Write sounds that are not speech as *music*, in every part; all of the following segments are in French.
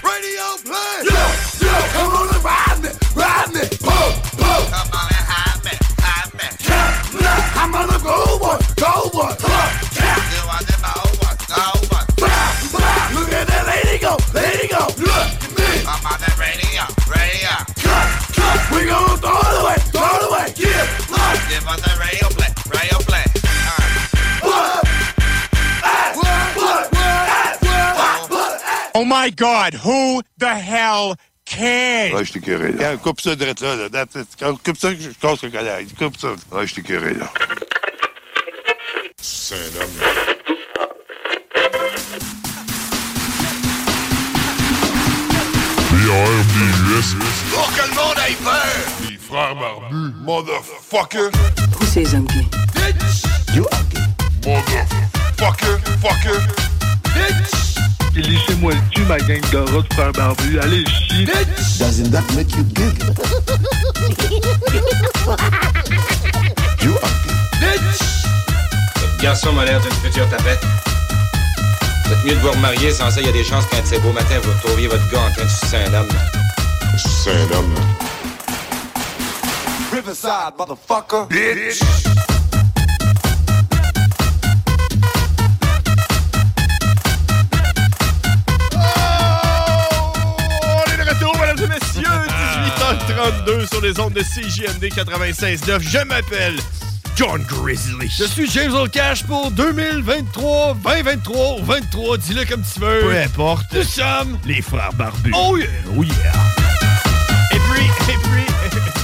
Radio play. Yo, yo, come on and ride me, ride me, ho, ho. Come on and ride me, ride me. Yeah, yeah, I'm on the go one, go one, ho, yeah. You want the go one, go one. Blah, blah, look at that lady go, lady go. Look at me. I'm on the radio, radio. Cut, cut, we gonna throw it away, throw it away. Give life. Give us the radio play, radio play. What? What? What? What? What? Oh my God, who the hell cares? Là, je suis curé, là. Coupe ça direct là, là. That's it. Coupe ça, je casse le collègue. Coupe ça. Là, je suis curé, là. C'est Pour que le monde aille peur! Les frères barbus. Motherfucker. Who says I'm gay? Bitch! You are gay. Motherfucker. Fucker. Bitch! Laissez-moi le cul, ma gang de rats de frères barbus. Allez, chier. Doesn't that make you giggle? you are gay. Bitch! Votre garçon m'a l'air d'une future tapette. Vous êtes mieux de vous remarier, sans ça, il y a des chances qu'un de ces beaux matins, vous retrouviez votre gars en train de sucer un homme. Sucer un homme? Riverside, motherfucker. Bitch! On est de retour, mesdames et messieurs, 18h32 sur les ondes de CJMD 96.9. Je m'appelle John Grizzly. Je suis James Old Cash pour 2023, 2023 ou 23, dis-le comme tu veux. Peu importe. Nous sommes. Les frères barbus. Oh yeah! Oh yeah! Et puis, et puis...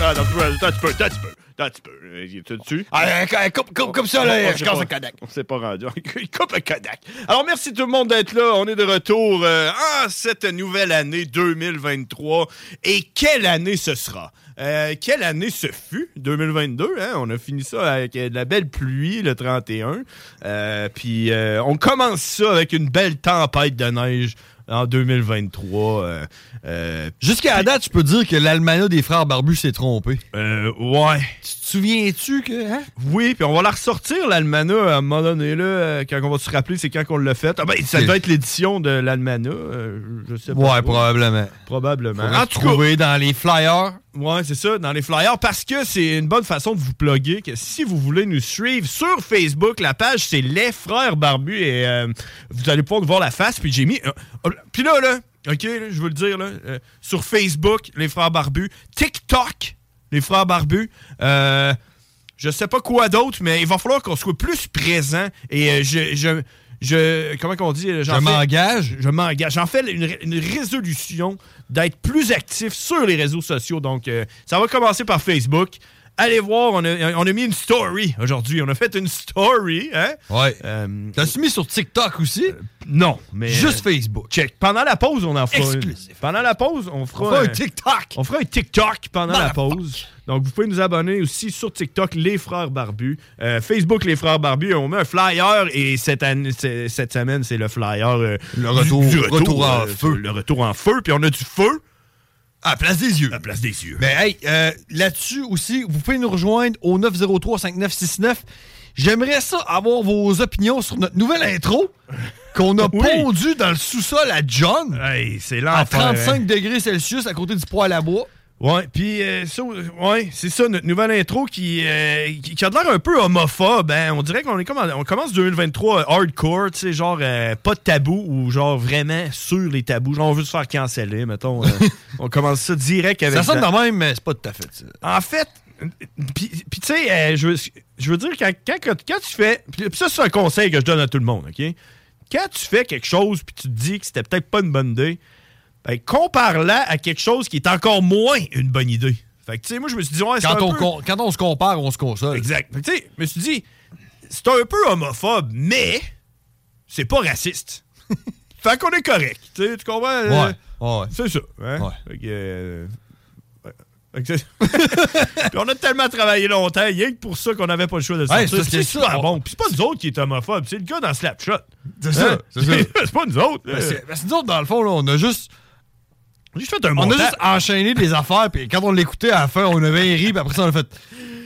Ah, non, tu peux, attends, tu peux, attends, tu peux. Attends, tu peux. Euh, Tu dessus? Ah, coupe, coupe, coupe ça, là, euh, je casse le Kodak. On s'est pas rendu. *laughs* Il coupe le Kodak. Alors, merci tout le monde d'être là. On est de retour euh, en cette nouvelle année 2023. Et quelle année ce sera? Euh, quelle année ce fut? 2022, hein? On a fini ça avec euh, de la belle pluie le 31. Euh, puis, euh, on commence ça avec une belle tempête de neige en 2023. euh, euh, Jusqu'à la date, tu peux dire que l'Almana des frères barbus s'est trompé. Euh, ouais. Tu te souviens-tu que. Hein? Oui, puis on va la ressortir, l'Almana, à un moment donné, là, euh, quand on va se rappeler, c'est quand qu'on l'a fait. Ah ben, ça doit être l'édition de l'Almana, euh, je sais pas. Ouais, probablement. Probablement. Faudrait se trouver dans les flyers. Ouais, c'est ça, dans les flyers, parce que c'est une bonne façon de vous plugger que si vous voulez nous suivre sur Facebook, la page, c'est Les Frères Barbus, et euh, vous allez pouvoir nous voir la face, puis j'ai mis... euh, oh, puis là, là, OK, là, je veux le dire, là, euh, sur Facebook, Les Frères Barbus, TikTok, Les Frères Barbus, euh, je sais pas quoi d'autre, mais il va falloir qu'on soit plus présent. Et euh, je, je, je- Comment qu'on dit euh, j'en Je fais- m'engage. Je m'engage. J'en fais une, ré- une résolution d'être plus actif sur les réseaux sociaux. Donc, euh, ça va commencer par Facebook. Allez voir, on a, on a mis une story aujourd'hui. On a fait une story, hein? Ouais. T'as-tu mis sur TikTok aussi? non, mais... Juste Facebook. Check. Pendant la pause, on en fera une. Exclusif. Pendant la pause, on fera... On fera un TikTok. On fera un TikTok pendant la pause. Donc, vous pouvez nous abonner aussi sur TikTok, Les Frères Barbus. Euh, Facebook, Les Frères Barbus. On met un flyer et cette, année- c'est- cette semaine, c'est le flyer... euh, Le retour- retour en feu. euh, Le retour en feu, puis on a du feu. À la place des yeux. À la place des yeux. Mais hey, euh, là-dessus aussi, vous pouvez nous rejoindre au 903-5969. J'aimerais ça avoir vos opinions sur notre nouvelle intro qu'on *laughs* a pondue dans le sous-sol à John Hey, c'est à l'enfer. hein? 35 degrés Celsius à côté du poêle à bois. Ouais, puis euh, ça, euh, ouais, c'est ça, notre nouvelle intro qui, euh, qui, qui a de l'air un peu homophobe. hein. On dirait qu'on est comme en- on commence 2023 hardcore, tu sais, genre euh, pas de tabou ou genre vraiment sur les tabous. Genre on veut se faire canceller, mettons. euh, *laughs* on commence ça direct avec. Ça sonne la- de même, mais c'est pas tout à fait ça. en fait, puis puis tu sais, euh, je veux, je veux dire, quand, quand, quand- quand tu fais. Puis ça, c'est un conseil que je donne à tout le monde, OK? Quand tu fais quelque chose puis tu te dis que c'était peut-être pas une bonne idée, ben, compare-la à quelque chose qui est encore moins une bonne idée. Fait que, tu sais, moi, je me suis dit, ouais, c'est Quand un on peu- con- quand on se compare, on se console. Exact. Fait que, tu sais, je me suis dit, c'est un peu homophobe, mais c'est pas *laughs* raciste. fait qu'on est correct. Tu sais, tu comprends? euh, Ouais, ouais. C'est ça. hein? Fait que, euh, ouais. Fait que c'est- Puis on a tellement travaillé longtemps, rien que pour ça qu'on n'avait pas le choix de sortir. Ouais, c'est Puis parce c'est que ça, super bon. Puis c'est pas nous autres qui est homophobe, c'est le gars dans Slapshot. C'est ça, Hein? c'est ça. *laughs* C'est pas nous autres. Ben, c'est- euh. ben, c'est nous autres, dans le fond, là, on a juste. Juste fait un on a montage. juste enchaîné des affaires, puis quand on l'écoutait à la fin, on avait ri, puis après ça, on a fait.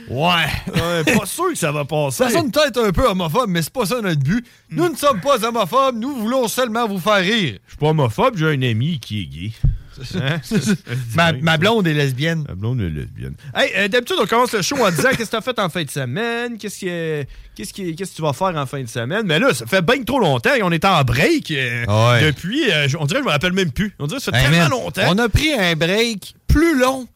Ouais. Ouais, pas sûr que ça va passer. Ça sonne peut-être un peu homophobe, mais c'est pas ça notre but. Nous ne sommes pas homophobes, nous voulons seulement vous faire rire. Je suis pas homophobe, j'ai un ami qui est gay. Hein? *laughs* ma, ma blonde est lesbienne. Ma blonde est lesbienne. Hey, euh, d'habitude, on commence le show en disant qu'est-ce que t'as fait en fin de semaine, qu'est-ce que, qu'est-ce qui- qu'est-ce que tu vas faire en fin de semaine. Mais là, ça fait bien trop longtemps et on est en break. euh, Ouais. Depuis, euh, je- on dirait que je me rappelle même plus. On dirait que ça fait Hey, tellement Ben, man, longtemps. On a pris un break plus long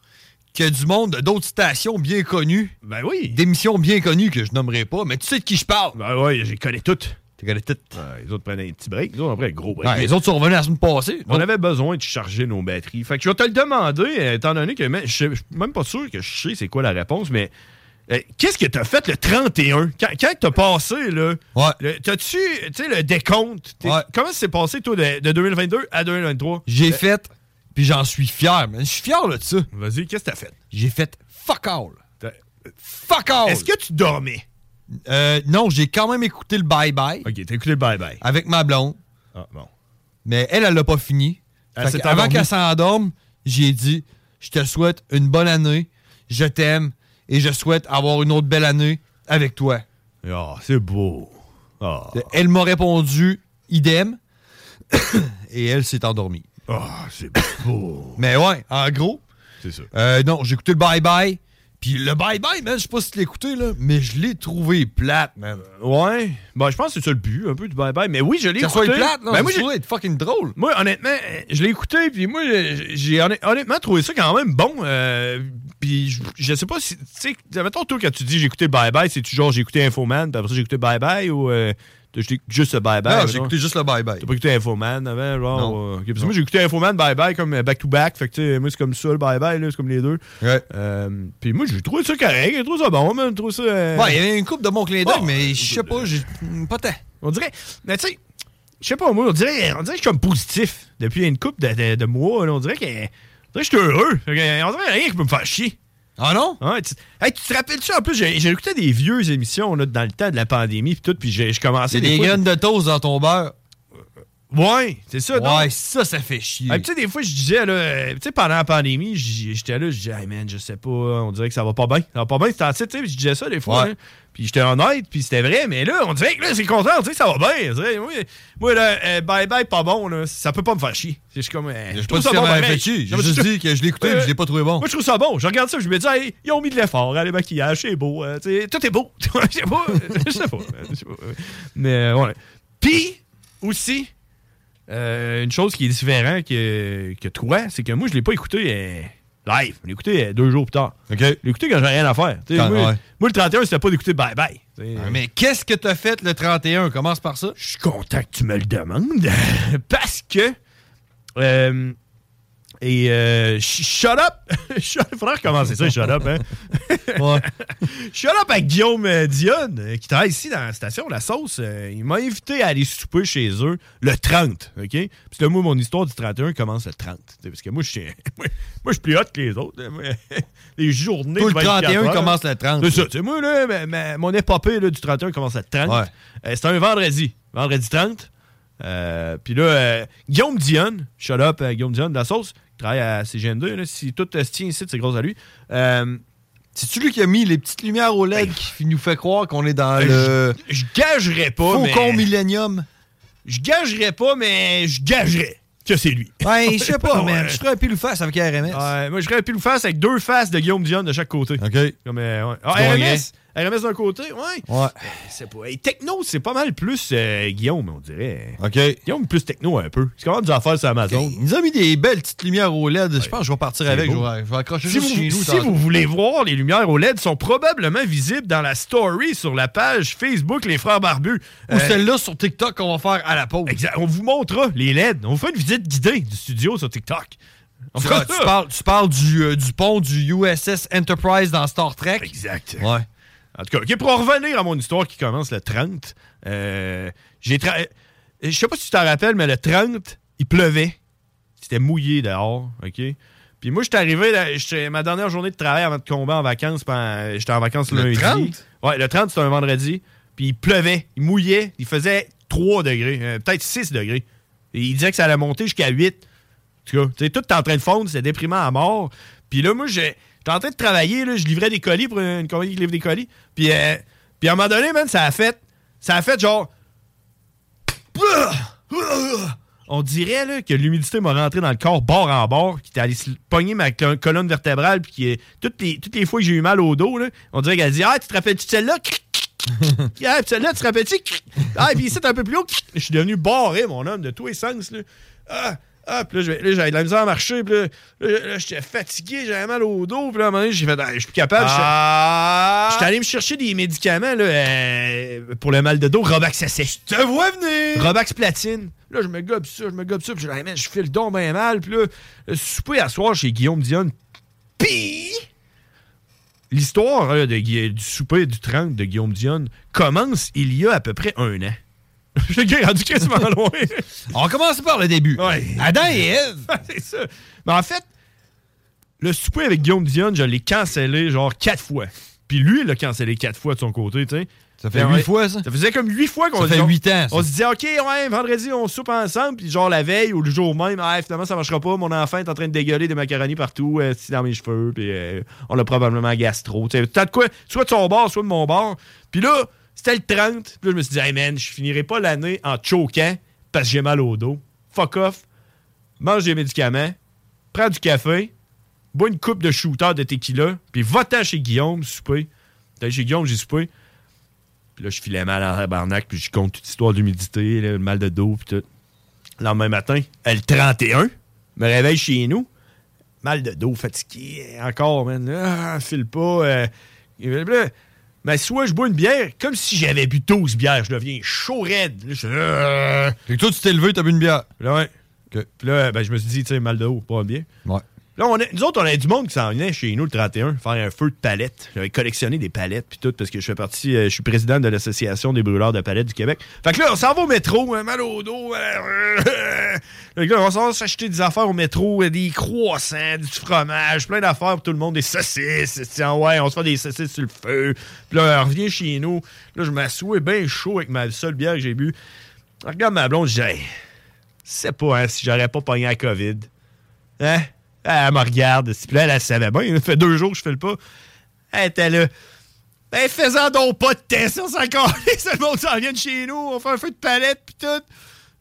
que du monde d'autres stations bien connues. Ben oui. D'émissions bien connues que je nommerai pas, mais tu sais de qui je parle. Ben ouais, j'ai connais toutes. Tu connais toutes. Ouais, les autres prenaient un petit break, nous autres, on prenait un gros break. Ouais, les autres sont revenus la semaine passée. On avait besoin de charger nos batteries. Fait que je vais te le demander, euh, étant donné que man, je sais- je suis même pas sûr que je sais c'est quoi la réponse, mais euh, qu'est-ce que t'as fait le 31? Quand, quand t'as passé, là, le- t'as-tu tu sais, le décompte? T'es- Comment ça s'est passé, toi, de, de 2022 à 2023? J'ai Euh, fait, puis j'en suis fier, man. Je suis fier là, de ça. Vas-y, qu'est-ce que t'as fait? J'ai fait fuck all. T'as- Fuck all. Est-ce que tu dormais? Euh, non, j'ai quand même écouté le bye-bye Ok, t'as écouté le bye-bye. avec ma blonde, Ah, bon. mais elle, elle l'a pas fini. Elle Fait s'est que avant endormie. qu'elle s'endorme, j'ai dit Je te souhaite une bonne année, je t'aime et je souhaite avoir une autre belle année avec toi. Ah, c'est beau. Ah, Elle m'a répondu idem *coughs* et elle s'est endormie. Ah, c'est *coughs* beau. Mais ouais, en gros, c'est ça. Euh, non, j'ai écouté le Bye Bye. Puis le Bye Bye, man, je sais pas si tu l'as écouté, là, mais je l'ai trouvé plate, man. Ouais. Bon, je pense que c'est ça le but, un peu du bye-bye. Mais oui, je l'ai Que ça écouté. soit plate, non, Ben, moi, je j'ai- trouvais être fucking drôle. Moi, honnêtement, euh, je l'ai écouté, puis moi, euh, j'ai honn- honnêtement trouvé ça quand même bon. euh, puis je, je sais pas si. Tu sais, mettons, toi, quand tu dis j'ai écouté le Bye Bye, c'est-tu genre j'ai écouté Infoman, puis après ça j'ai écouté Bye Bye, ou euh, t'as écouté juste le Bye Bye? non, mettons? j'ai écouté juste le Bye Bye. T'as pas écouté Infoman avant, genre. Non. euh, ok, parce que moi, j'ai écouté Infoman, Bye Bye, comme euh, back to back. Fait que, tu sais, moi, c'est comme ça, le Bye Bye, là, c'est comme les deux. Ouais. Euh, puis moi, j'ai trouvé ça correct, j'ai trouvé ça bon, même, j'ai trouvé ça. euh, Ouais, il y avait une coupe de mon clin d'œil, Oh, mais je sais pas, j'ai. hmm, Pas tant. On dirait. Mais tu sais, je sais pas moi, on dirait, on dirait que je suis comme positif depuis une couple de, de- de mois. là. on dirait que. on dirait que je suis heureux. Fait que, On dirait rien qui peut me faire chier. Ah non? Hein, tu, hey, tu te rappelles-tu? En plus, j'ai j'ai écouté des vieilles émissions là, dans le temps de la pandémie puis tout, puis j'ai j'ai commencé C'est des fois- graines de toast dans ton beurre. Ouais, c'est ça. Ouais, ça, ça fait chier. Ah, tu sais, des fois, je disais, là, euh, tu sais, pendant la pandémie, j- j'étais là, je disais, hey man, je sais pas, on dirait que ça va pas bien. Ça va pas bien, c'est assez, tu sais, je disais ça des fois. Ouais. hein. Puis j'étais honnête, puis c'était vrai, mais là, on dirait que là, c'est content, tu sais, ça va bien. tu sais. Moi, moi, là, euh, bye bye, pas bon, là, ça peut pas me faire chier. Je suis comme. euh, je pas trouve dit ça que bon. ça m'avait pareil. fait chier. J'ai Non, mais juste je- dit que je l'ai écouté, Ouais. puis je l'ai pas trouvé bon. Moi, je trouve ça bon. Je regarde ça, puis je me dis, hey, ils ont mis de l'effort, hein, les maquillages, c'est beau. hein, tu sais, tout est beau. *laughs* Je sais pas. Je sais pas. je sais pas. Mais voilà. Puis, aussi, euh, une chose qui est différente que, que toi, c'est que moi, je l'ai pas écouté euh, live. Je l'ai écouté euh, deux jours plus tard. Je l'ai écouté quand j'ai rien à faire. Tu sais, Quand- moi, ouais. moi, le 31, c'était pas d'écouter Bye Bye. Ouais, Mais qu'est-ce que t'as fait le 31? Commence par ça. Je suis content que tu me le demandes. *laughs* Parce que. euh, et euh, sh- shut up! *laughs* Shut- Il faudrait recommencer ça, shut up, *laughs* hein? *laughs* Shut up avec Guillaume euh, Dionne, euh, qui travaille ici dans la station La Sauce. Euh, il m'a invité à aller souper chez eux le 30, OK? Parce que moi, mon histoire du 31 commence le 30. tu sais, Parce que moi, je suis *laughs* moi, moi, je suis plus hot que les autres. *laughs* hein, moi. les journées. Tout le de 24 31 heures. commence le 30. C'est ça. Tu sais, moi, là, ma- ma- mon épopée là, du 31 commence le 30. Euh, c'est un vendredi. Vendredi 30. Euh, Puis là, euh, Guillaume Dionne, shut up, euh, Guillaume Dionne de la sauce, qui travaille à CGN2. là, si tout euh, se tient ici, c'est grâce à lui. Euh, C'est-tu lui qui a mis les petites lumières au LED qui nous fait croire qu'on est dans le. Ben, Je gagerais pas, mais... Faucon Millennium. Je gagerais pas, mais je gagerais que c'est lui. Ouais, Ben, je sais *laughs* pas, Ouais. man. Je serais un pile ou face avec RMS. Ouais, moi, je ferais le face avec deux faces de Guillaume Dion de chaque côté. OK. Comme, euh, ouais. Ah, Tu gagnerais. RMS, RMS d'un côté, ouais. *coughs* Ouais. Euh, C'est pas... hey, techno, c'est pas mal plus euh, Guillaume, on dirait. OK. Guillaume plus techno un peu. C'est comment des affaires sur Amazon. Il nous a mis des belles petites lumières au LED. Je pense que je vais partir C'est avec. Je beau. vais, je vais accrocher Si, juste chez vous, nous. si tantôt. vous voulez voir, les lumières au LED sont probablement visibles dans la story sur la page Facebook Les Frères Barbus. Euh, Ou celle-là sur TikTok qu'on va faire à la pause. Exact. On vous montrera les LED. On vous fait une visite guidée du studio sur TikTok. On Tu, fera tu ça. parles, tu parles du, euh, du pont du USS Enterprise dans Star Trek. Exact. Ouais. En tout cas, ok, pour en revenir à mon histoire qui commence le 30, euh, j'ai tra- euh, je sais pas si tu t'en rappelles, mais le 30, il pleuvait. C'était mouillé dehors, OK? Puis moi, j'étais arrivé, là, j'étais- ma dernière journée de travail avant de combat en vacances, pendant- j'étais en vacances Le lundi. 30? Ouais, le 30, c'était un vendredi. Puis il pleuvait, il mouillait, il faisait 3 degrés, euh, peut-être 6 degrés. Et il disait que ça allait monter jusqu'à 8. En tout cas, tu sais, tout est en train de fondre, c'est déprimant à mort. Puis là, moi, j'ai- j'étais en train de travailler, là, je livrais des colis pour une compagnie qui livre des colis. Puis, euh, puis à un moment donné, man, ça a fait, ça a fait genre... On dirait là, que l'humidité m'a rentré dans le corps bord en bord, qui était allé se pogner ma cl- colonne vertébrale, puis qui est- toutes les, toutes les fois que j'ai eu mal au dos, là, on dirait qu'elle dit Ah, tu te rappelles-tu de celle-là *laughs* Ah, puis celle-là, tu te rappelles-tu Ah, puis ici, t'es un peu plus haut. Je suis devenu barré, mon homme, de tous les sens. Là. Ah, ah, puis là, je vais- là, j'avais de la misère à marcher, puis là, là, là, j'étais fatigué, j'avais mal au dos, puis là, à un moment donné, j'ai fait Ah, Je suis plus capable. Je suis- Ah! J'étais allé me chercher des médicaments là, euh, pour le mal de dos, Robax sèche. Te vois venir! Robax platine. Là, je me gobe ça, je me gobe ça, puis je dis, Hey, man, je file donc bien mal. Puis là, le souper à soir chez Guillaume Dionne. Puis, l'histoire là, de Gui- du souper du 30 de Guillaume Dionne commence il y a à peu près un an. *laughs* Je l'ai rendu quasiment *laughs* loin. On commence par le début. Ouais. Adam et *laughs* Ève. C'est ça. Mais en fait, le souper avec Guillaume Dionne, je l'ai cancellé genre quatre fois. Puis lui, il l'a cancellé quatre fois de son côté, tu sais. Ça fait Puis on- huit fois, ça. Ça faisait comme huit fois qu'on Ça fait on- huit ans, ça. On se disait, OK, ouais, vendredi, on soupe ensemble. Puis genre la veille ou le jour même, ah, finalement, ça marchera pas. Mon enfant est en train de dégueuler des macaronis partout, euh, c'est dans mes cheveux. Puis euh, on l'a probablement gastro. Tu sais, tant de quoi, soit de son bord, soit de mon bord. Puis là, c'était le 30. Puis là, je me suis dit, hey man, je finirai pas l'année en choquant parce que j'ai mal au dos. Fuck off. Mange des médicaments. Prends du café. Bois une coupe de shooter de tequila. Puis va-t'en chez Guillaume, souper. T'es chez Guillaume, j'ai soupé. Puis là, je filais mal en tabarnak, puis je compte toute l'histoire d'humidité, le mal de dos, puis tout. Le lendemain matin, euh, le 31, me réveille chez nous. Mal de dos, fatigué, encore, man. Ah, file pas. euh. Et puis là, mais Ben, soit je bois une bière, comme si j'avais bu 12 bières, je deviens chaud raide. Là, je- euh. Fait que toi, tu t'es levé, t'as bu une bière. Puis là, ouais. OK. Puis là, ben, je me suis dit, tu sais, mal de haut, pas bien. Ouais. Là, on a- nous autres, on avait du monde qui s'en venait chez nous le 31 faire un feu de palettes. J'avais collectionné des palettes puis tout parce que je fais partie, euh, je suis président de l'Association des brûleurs de palettes du Québec. Fait que là, on s'en va au métro, hein, mal au dos. euh, Fait que là, on s'en va s'acheter des affaires au métro, euh, des croissants, du fromage, plein d'affaires pour tout le monde, des saucisses. Tiens, ouais, on se fait des saucisses sur le feu. Puis là, on revient chez nous. Là, je m'assois bien chaud avec ma seule bière que j'ai bu. Je Regarde ma blonde, je dis, Hey, sais pas hein, si j'aurais pas pogné la COVID. Hein? Elle me regarde. Puis là, elle la savait bien. Ça fait deux jours que je fais le pas. Elle était là. Ben, faisant donc pas de test, on s'en calisse, le monde s'en vient de chez nous, on fait un feu de palette, pis tout.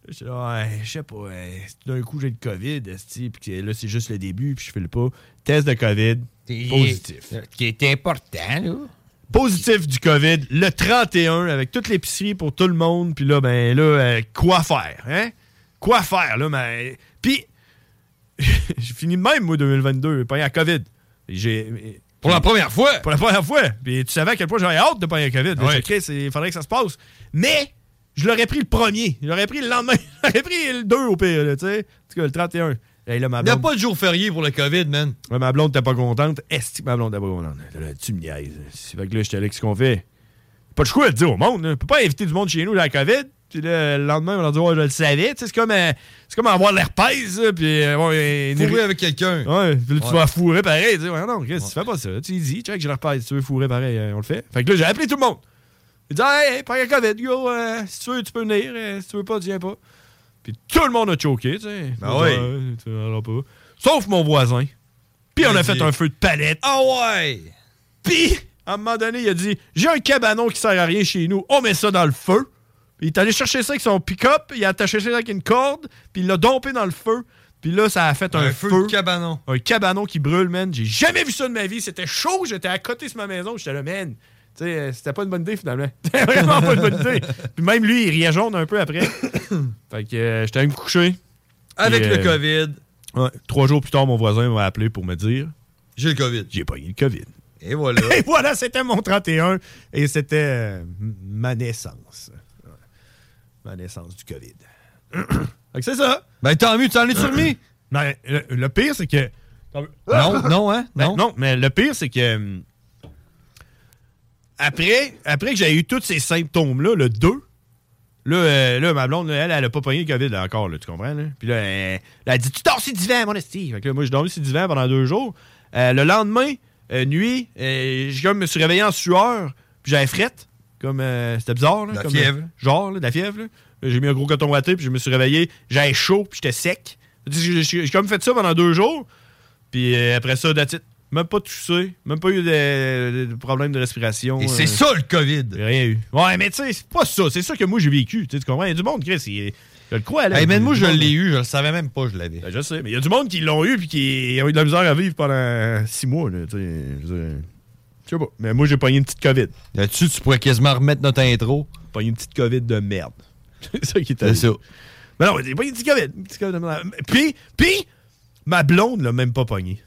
Je dis, ouais, je sais pas, ouais, c'est d'un coup j'ai le COVID, esti, pis que là c'est juste le début, puis je fais le pas. Test de COVID, positif. euh, Qui est important, là. Positif du COVID, le 31, avec toute l'épicerie pour tout le monde, puis là, ben là, euh, quoi faire, hein? Quoi faire, là, ben... Puis, *laughs* j'ai fini de même, moi, 2022, pas la COVID. J'ai... *coughs* Pour la première fois. Pour la première fois. Puis tu savais à quel point j'avais hâte de pas la COVID. Ouais. J'ai dit, Chris, il faudrait que ça se passe. Mais je l'aurais pris le premier. Je l'aurais pris le lendemain. *laughs* Je l'aurais pris le 2 au pire, là, tu sais. En tout cas, le 31. Hey, là, ma Il n'y a blonde, pas de jour férié pour le COVID, man. Ouais, ma blonde t'es pas contente. Est-ce que ma blonde t'es pas contente? Elle a dit, tu me niaises. C'est Fait que là, j'étais là, qu'est-ce qu'on fait? Pas de choix à dire au monde. là. On peut pas inviter du monde chez nous, la COVID. Puis là, le lendemain, on leur dit, ouais, je le savais. Tu sais, C'est comme, euh, c'est comme avoir l'herpès. là, Puis, euh, ouais, une- Fourré avec quelqu'un. Ouais, puis là, tu Ouais. vas fourrer pareil. Tu dis, ouais, non, Chris, tu fais pas ça. Tu lui dis, check, je le repasse. Si tu veux fourrer pareil, euh, on le fait. Fait que là, j'ai appelé tout le monde. J'ai dit, hey, hey, prends la COVID, go. euh, si tu veux, tu peux venir. euh, si tu veux pas, tu viens pas. Puis tout le monde a choqué, tu sais. Ah ouais. Euh, tu verras pas. Sauf mon voisin. Puis on a fait un feu de palette. Ah ouais! Puis, à un moment donné, il a dit J'ai un cabanon qui sert à rien chez nous, on met ça dans le feu. Puis, il est allé chercher ça avec son pick-up, il a attaché ça avec une corde, puis il l'a dompé dans le feu. Puis là, ça a fait un, Un feu de cabanon. Un cabanon qui brûle, man. J'ai jamais vu ça de ma vie. C'était chaud, j'étais à côté sur ma maison, j'étais là, man. Tu sais, euh, c'était pas une bonne idée finalement. *laughs* C'était vraiment pas une bonne idée. Puis même lui, il riait jaune un peu après. fait que euh, j'étais allé me coucher. Avec Puis, le euh, COVID, ouais, trois jours plus tard, mon voisin m'a appelé pour me dire j'ai le COVID. J'ai pogné le COVID. *laughs* Et voilà. Et voilà, c'était mon 31 et c'était euh, m- ma naissance. Ouais. Ma naissance du COVID. *clears throat* Fait que c'est ça. ben tant mieux, tu t'en es surmis. Mais le, le pire, c'est que. *laughs* non, non, hein? Ben, Non. non, mais le pire, c'est que. hum, Après, après que j'ai eu tous ces symptômes-là, le 2, là, euh, là, ma blonde, là, elle, elle a pas pogné le COVID là, encore, là, tu comprends? Là? Puis là, elle, elle a dit Tu dors sur le divan, mon esti. Fait que là, moi, j'ai dormi sur le divan pendant deux jours. Euh, le lendemain, euh, nuit, euh, je comme, me suis réveillé en sueur, puis j'avais frette. Comme, euh, c'était bizarre. Là, De la comme, fièvre. euh, genre, là, de la fièvre. là. Là, J'ai mis un gros coton watté, puis je me suis réveillé. J'avais chaud, puis j'étais sec. J'ai j'ai- j'ai comme fait ça pendant deux jours. Puis euh, après ça, that's it. Même pas toussé, même pas eu de, de problème de respiration. Et euh, c'est ça le COVID. j'ai Rien eu. Ouais, mais tu sais, c'est pas ça. C'est ça que moi j'ai vécu. Tu sais, tu comprends? Il y a du monde, Chris. il- Je le crois, là. Hey, man, moi, Il je y a du l'ai monde- eu, je le savais même pas, je l'avais. Ben, je sais, mais il y a du monde qui l'ont eu puis qui ont eu de la misère à vivre pendant six mois, là. Tu sais, je veux dire, je sais pas. Mais moi, j'ai pogné une petite COVID. Là-dessus, tu pourrais quasiment remettre notre intro. Pogné une petite COVID de merde. *laughs* c'est ça qui est C'est arrivé. ça. Mais non, j'ai pogné une petite COVID. Une petite COVID de merde. Puis, puis, ma blonde l'a même pas pogné.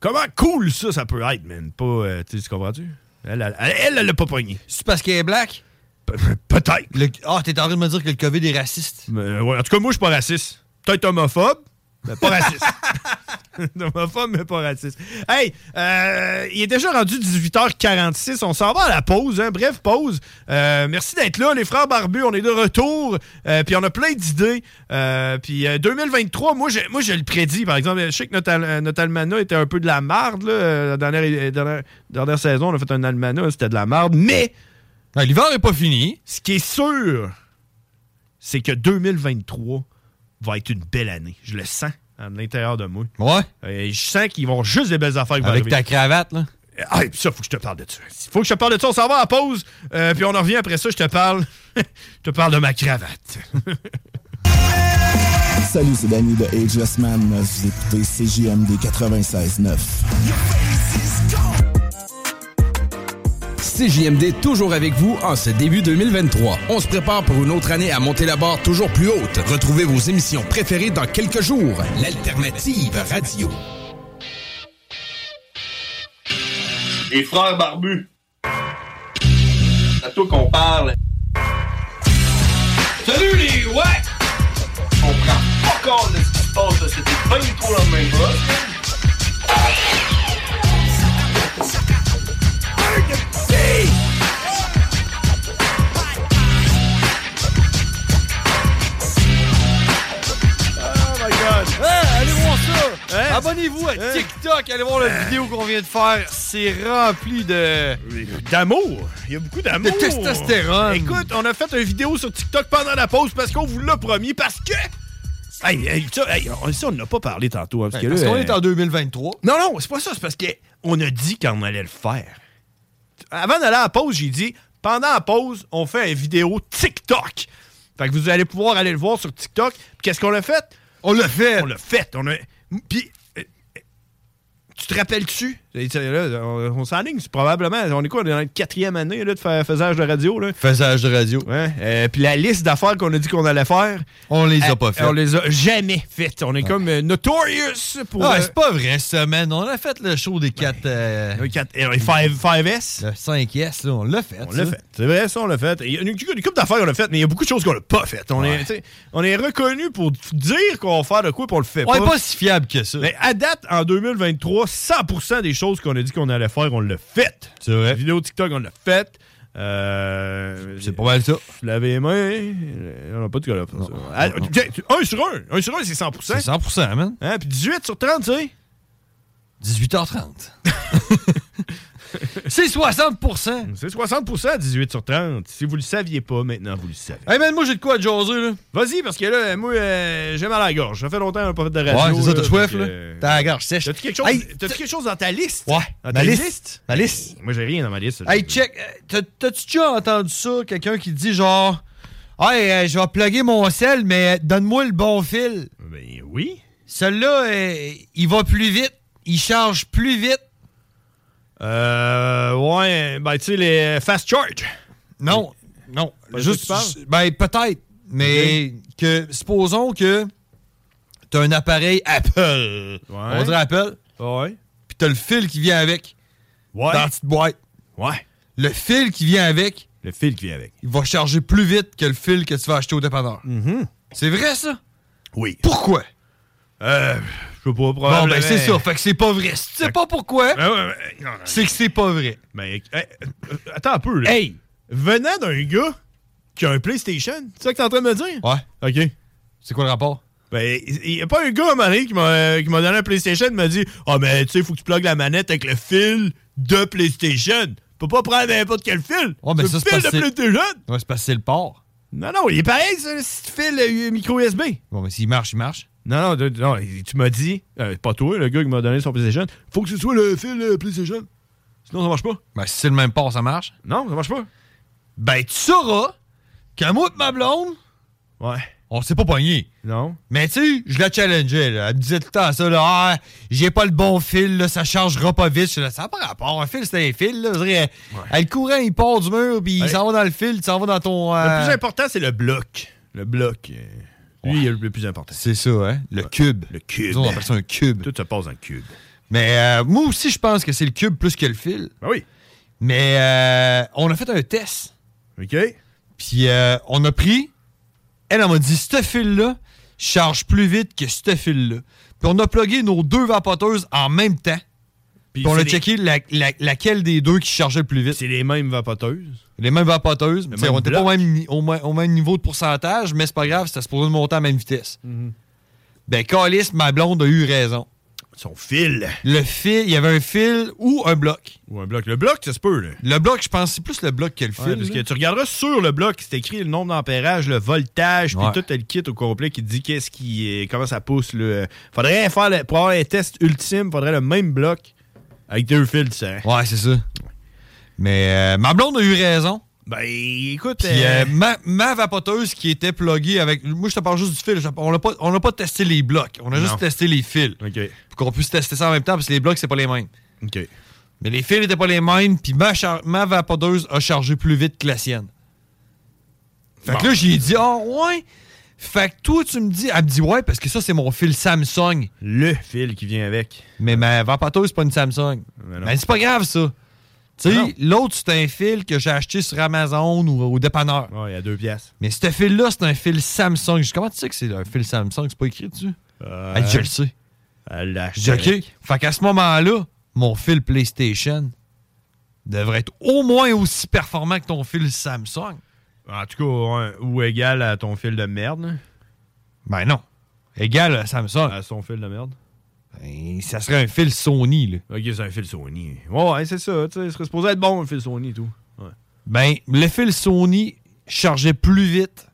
Comment cool ça, ça peut être, man. Pas, euh, tu sais, tu comprends-tu? Elle, elle, elle, elle, elle l'a pas pogné. C'est parce qu'il est black? Pe- Peut-être. Le- Ah, t'es en train de me dire que le COVID est raciste. Mais, euh, ouais, en tout cas, moi, je suis pas raciste. Peut-être homophobe, mais pas raciste. *laughs* homophobe, mais pas raciste. Hey, euh, il est déjà rendu 18h46. On s'en va à la pause, hein. bref pause. Euh, merci d'être là, les frères barbus. On est de retour. Euh, puis on a plein d'idées. Euh, puis euh, 2023, moi je, moi, je le prédis. Par exemple, je sais que notre, al- notre almanach était un peu de la marde. là. Euh, La dernière, euh, dernière, dernière saison, on a fait un almanach, c'était de la marde. Mais Ah, L'hiver est pas fini. ce qui est sûr, c'est que 2023 va être une belle année. Je le sens à l'intérieur de moi. Ouais. Euh, je sens qu'ils vont juste des belles affaires qui vont Avec ta arriver. cravate, là. Ah, et puis ça, faut que je te parle de ça. Faut que je te parle de ça. On s'en va à la pause. euh, puis on en revient après ça. Je te parle. *laughs* je te parle de ma cravate. *laughs* Salut, c'est Danny de Ageless Man. Vous écoutez CJMD 96.9. CJMD toujours avec vous en ce début 2023. On se prépare pour une autre année à monter la barre toujours plus haute. Retrouvez vos émissions préférées dans quelques jours. L'Alternative *laughs* Radio. Les frères barbus. C'est à toi qu'on parle. Salut les ouais! On prend pas compte de ce qui se passe, là. c'était pas du tout la même chose. Oh my god. allez voir ça! Oh Hein? Abonnez-vous à TikTok, allez Oh, voir la vidéo qu'on vient de faire. C'est rempli de. D'amour! Il y a beaucoup d'amour! De testostérone. Écoute, on a fait une vidéo sur TikTok pendant la pause parce qu'on vous l'a promis, parce que. Hey, hey, ça, hey, on, ça, on n'a pas parlé tantôt. hein, parce Parce que là, qu'on euh, est en 2023. Non, non, c'est pas ça. C'est parce qu'on a dit qu'on allait le faire. Avant d'aller à la pause, j'ai dit pendant la pause, on fait une vidéo TikTok. Fait que vous allez pouvoir aller le voir sur TikTok. Puis qu'est-ce qu'on a fait? On l'a fait. On l'a fait. On a... Puis. euh, euh, Tu te rappelles-tu? Et ça, là, On, on s'enligne, c'est probablement. On est quoi? On est dans la quatrième année là, de fa- faisage de radio. Là. Faisage de radio. Ouais. Euh, puis la liste d'affaires qu'on a dit qu'on allait faire. On les a euh, pas faites. On les a jamais faites. On est comme euh, notorious pour. Ah, euh, Ben, c'est pas vrai, cette semaine. On a fait le show des euh, 4. euh, s Le 5S, là, on l'a fait. On l'a fait. C'est vrai, ça, on l'a fait. Il y a une, une couple d'affaires qu'on a faites, mais il y a beaucoup de choses qu'on n'a pas faites. On, est, Ouais. tu sais, on est reconnu pour dire qu'on va faire de quoi, puis on le fait On pas. est pas si fiable que ça. Mais à date, en 2023, 100% des choses qu'on a dit qu'on allait faire, on l'a fait. C'est vrai. La vidéo TikTok, on l'a faite. Euh, C'est pas mal ça. Laver les mains. euh, On n'a pas de cas là. pour ça. Ah, tiens, tu- Un sur un. Un sur un, c'est 100%. C'est 100%, man. Hein, puis 18 sur 30, tu sais. 18h30. *laughs* C'est 60%. C'est 60%, 18 sur 30. Si vous le saviez pas, maintenant, vous le savez. Hey, man, moi, j'ai de quoi à te jaser, là. Vas-y, parce que là, moi, euh, j'ai mal à la gorge. Ça fait longtemps qu'on n'a pas fait de Ouais, radio. c'est ça, t'as là, euh, soif, fait là. que- T'as la gorge sèche. T'as-tu quelque, chose- Hey, t'as-tu quelque chose dans ta liste? Ouais, Dans ma ta liste. Ma liste. Moi, j'ai rien dans ma liste. Hey, check. euh, t'as- T'as-tu déjà entendu ça? Quelqu'un qui dit genre. Hey, euh, je vais plugger mon sel, mais euh, donne-moi le bon fil. Ben oui. Celui-là, euh, il va plus vite. Il charge plus vite. Euh, ouais, ben, tu sais, les fast charge. Non, non. Pas de ça que tu Juste, parles? ben peut-être, mais que supposons que t'as un appareil Apple, on dirait Apple, Ouais. puis t'as le fil qui vient avec Ouais. dans la petite boîte. Ouais. Le fil qui vient avec, Le fil qui vient avec. il va charger plus vite que le fil que tu vas acheter au dépanneur. C'est vrai ça Mm-hmm. Oui. Pourquoi Euh, je veux pas probablement... Bon ben c'est ça, fait que c'est pas vrai. Si tu sais pas pourquoi, Ouais, Ben ouais, ouais. Non, non. c'est que c'est pas vrai. Mais, euh, euh, attends un peu, là. Hey! Venant d'un gars qui a un PlayStation, c'est ça que t'es en train de me dire? Ouais. OK. C'est quoi le rapport Ben, il n'y a pas un gars, à un moment donné, qui m'a euh, qui m'a donné un PlayStation et m'a dit Ah, mais tu sais, il faut que tu plugues la manette avec le fil de PlayStation. Tu peux pas prendre n'importe quel fil. Ouais, mais le ça, c'est fil parce de *laughs* que c'est- PlayStation. Ouais, c'est parce que c'est le port. Non, Ah non, il est pareil, ce ce fil euh, micro USB. Bon ben s'il marche, il marche. Non, non, de- non il- tu m'as dit, euh, c'est pas toi, le gars qui m'a donné son PlayStation, faut que ce soit le fil euh, PlayStation. Sinon, ça marche pas. Ben si c'est le même port, ça marche. Non, ça marche pas. Ben tu sauras que moi et ma blonde, Ouais. on s'est pas pogné. Non. Mais tu sais, je la challengeais. Là. Elle me disait tout le temps ça. Là, Ah, j'ai pas le bon fil, là, ça chargera pas vite. Je suis là, ça n'a pas rapport. Un fil, c'est un fil. Là. Je dirais, elle, elle courait, il part du mur, puis Ouais. il s'en va dans le fil, tu s'en va dans ton. Le euh, plus important, c'est le bloc. Le bloc. euh, Lui, il est le plus important. C'est ça, hein? Le cube. Le cube. Nous, on appelle ça un cube. Tout se passe dans le cube. Mais euh, moi aussi, je pense que c'est le cube plus que le fil. Ben oui. Mais euh, on a fait un test. OK? Puis euh, on a pris. Elle, elle m'a dit ce fil-là charge plus vite que ce fil-là. Puis on a plugué nos deux vapoteuses en même temps. Puis on c'est a des- checké la- la- laquelle des deux qui chargeait le plus vite. C'est les mêmes vapoteuses. Les mêmes vapoteuses. mais même on était pas au bloc. même, ni- au, mo- au même niveau de pourcentage, mais c'est pas grave, c'était supposé de monter à la même vitesse. Ben, Calis, ma blonde, a eu raison. Son fil. Le fil, il y avait un fil ou un bloc. Ou un bloc. Le bloc, ça se peut, là. Le bloc, je pense, c'est plus le bloc que le fil. Ouais, parce que là. tu regarderas sur le bloc, c'est écrit le nombre d'ampérages, le voltage, puis Ouais. tout le kit au complet qui dit qu'est-ce qui est, comment ça pousse. Là. Faudrait faire le, pour avoir un test ultime, faudrait le même bloc avec deux fils hein. différents. Ouais, c'est ça. Mais euh, ma blonde a eu raison. Ben écoute, Puis euh, euh, ma, ma vapoteuse qui était pluguée avec. Moi, je te parle juste du fil. je te- On n'a pas, on n'a pas testé les blocs. On a Non. juste testé les fils. ok, Pour qu'on puisse tester ça en même temps, parce que les blocs, c'est pas les mêmes. ok. Mais les fils n'étaient pas les mêmes, puis ma, char- ma vapoteuse a chargé plus vite que la sienne. Fait Bon. que là, j'ai dit, ah ouais. Fait que toi, tu me dis, elle me dit, ouais, parce que ça, c'est mon fil Samsung. Le fil qui vient avec. Mais ma vapoteuse, c'est pas une Samsung. Mais Mais non. c'est pas grave, ça. Tu Non. sais, l'autre, c'est un fil que j'ai acheté sur Amazon ou au dépanneur. Ouais, il y a deux pièces. Mais ce fil-là, c'est un fil Samsung. Je dis, comment tu sais que c'est un fil Samsung? C'est pas écrit dessus? Euh, Elle dit, je le sais. Je dis, OK. Fait qu'à ce moment-là, mon fil PlayStation devrait être au moins aussi performant que ton fil Samsung. En tout cas, un- ou égal à ton fil de merde. Ben non. Égal à Samsung. À son fil de merde. Et ça serait un fil Sony, là. Ok, c'est un fil Sony. Ouais, ouais, c'est ça. Tu sais, ça serait supposé être bon, un fil Sony et tout. Ouais. Ben, le fil Sony chargeait plus vite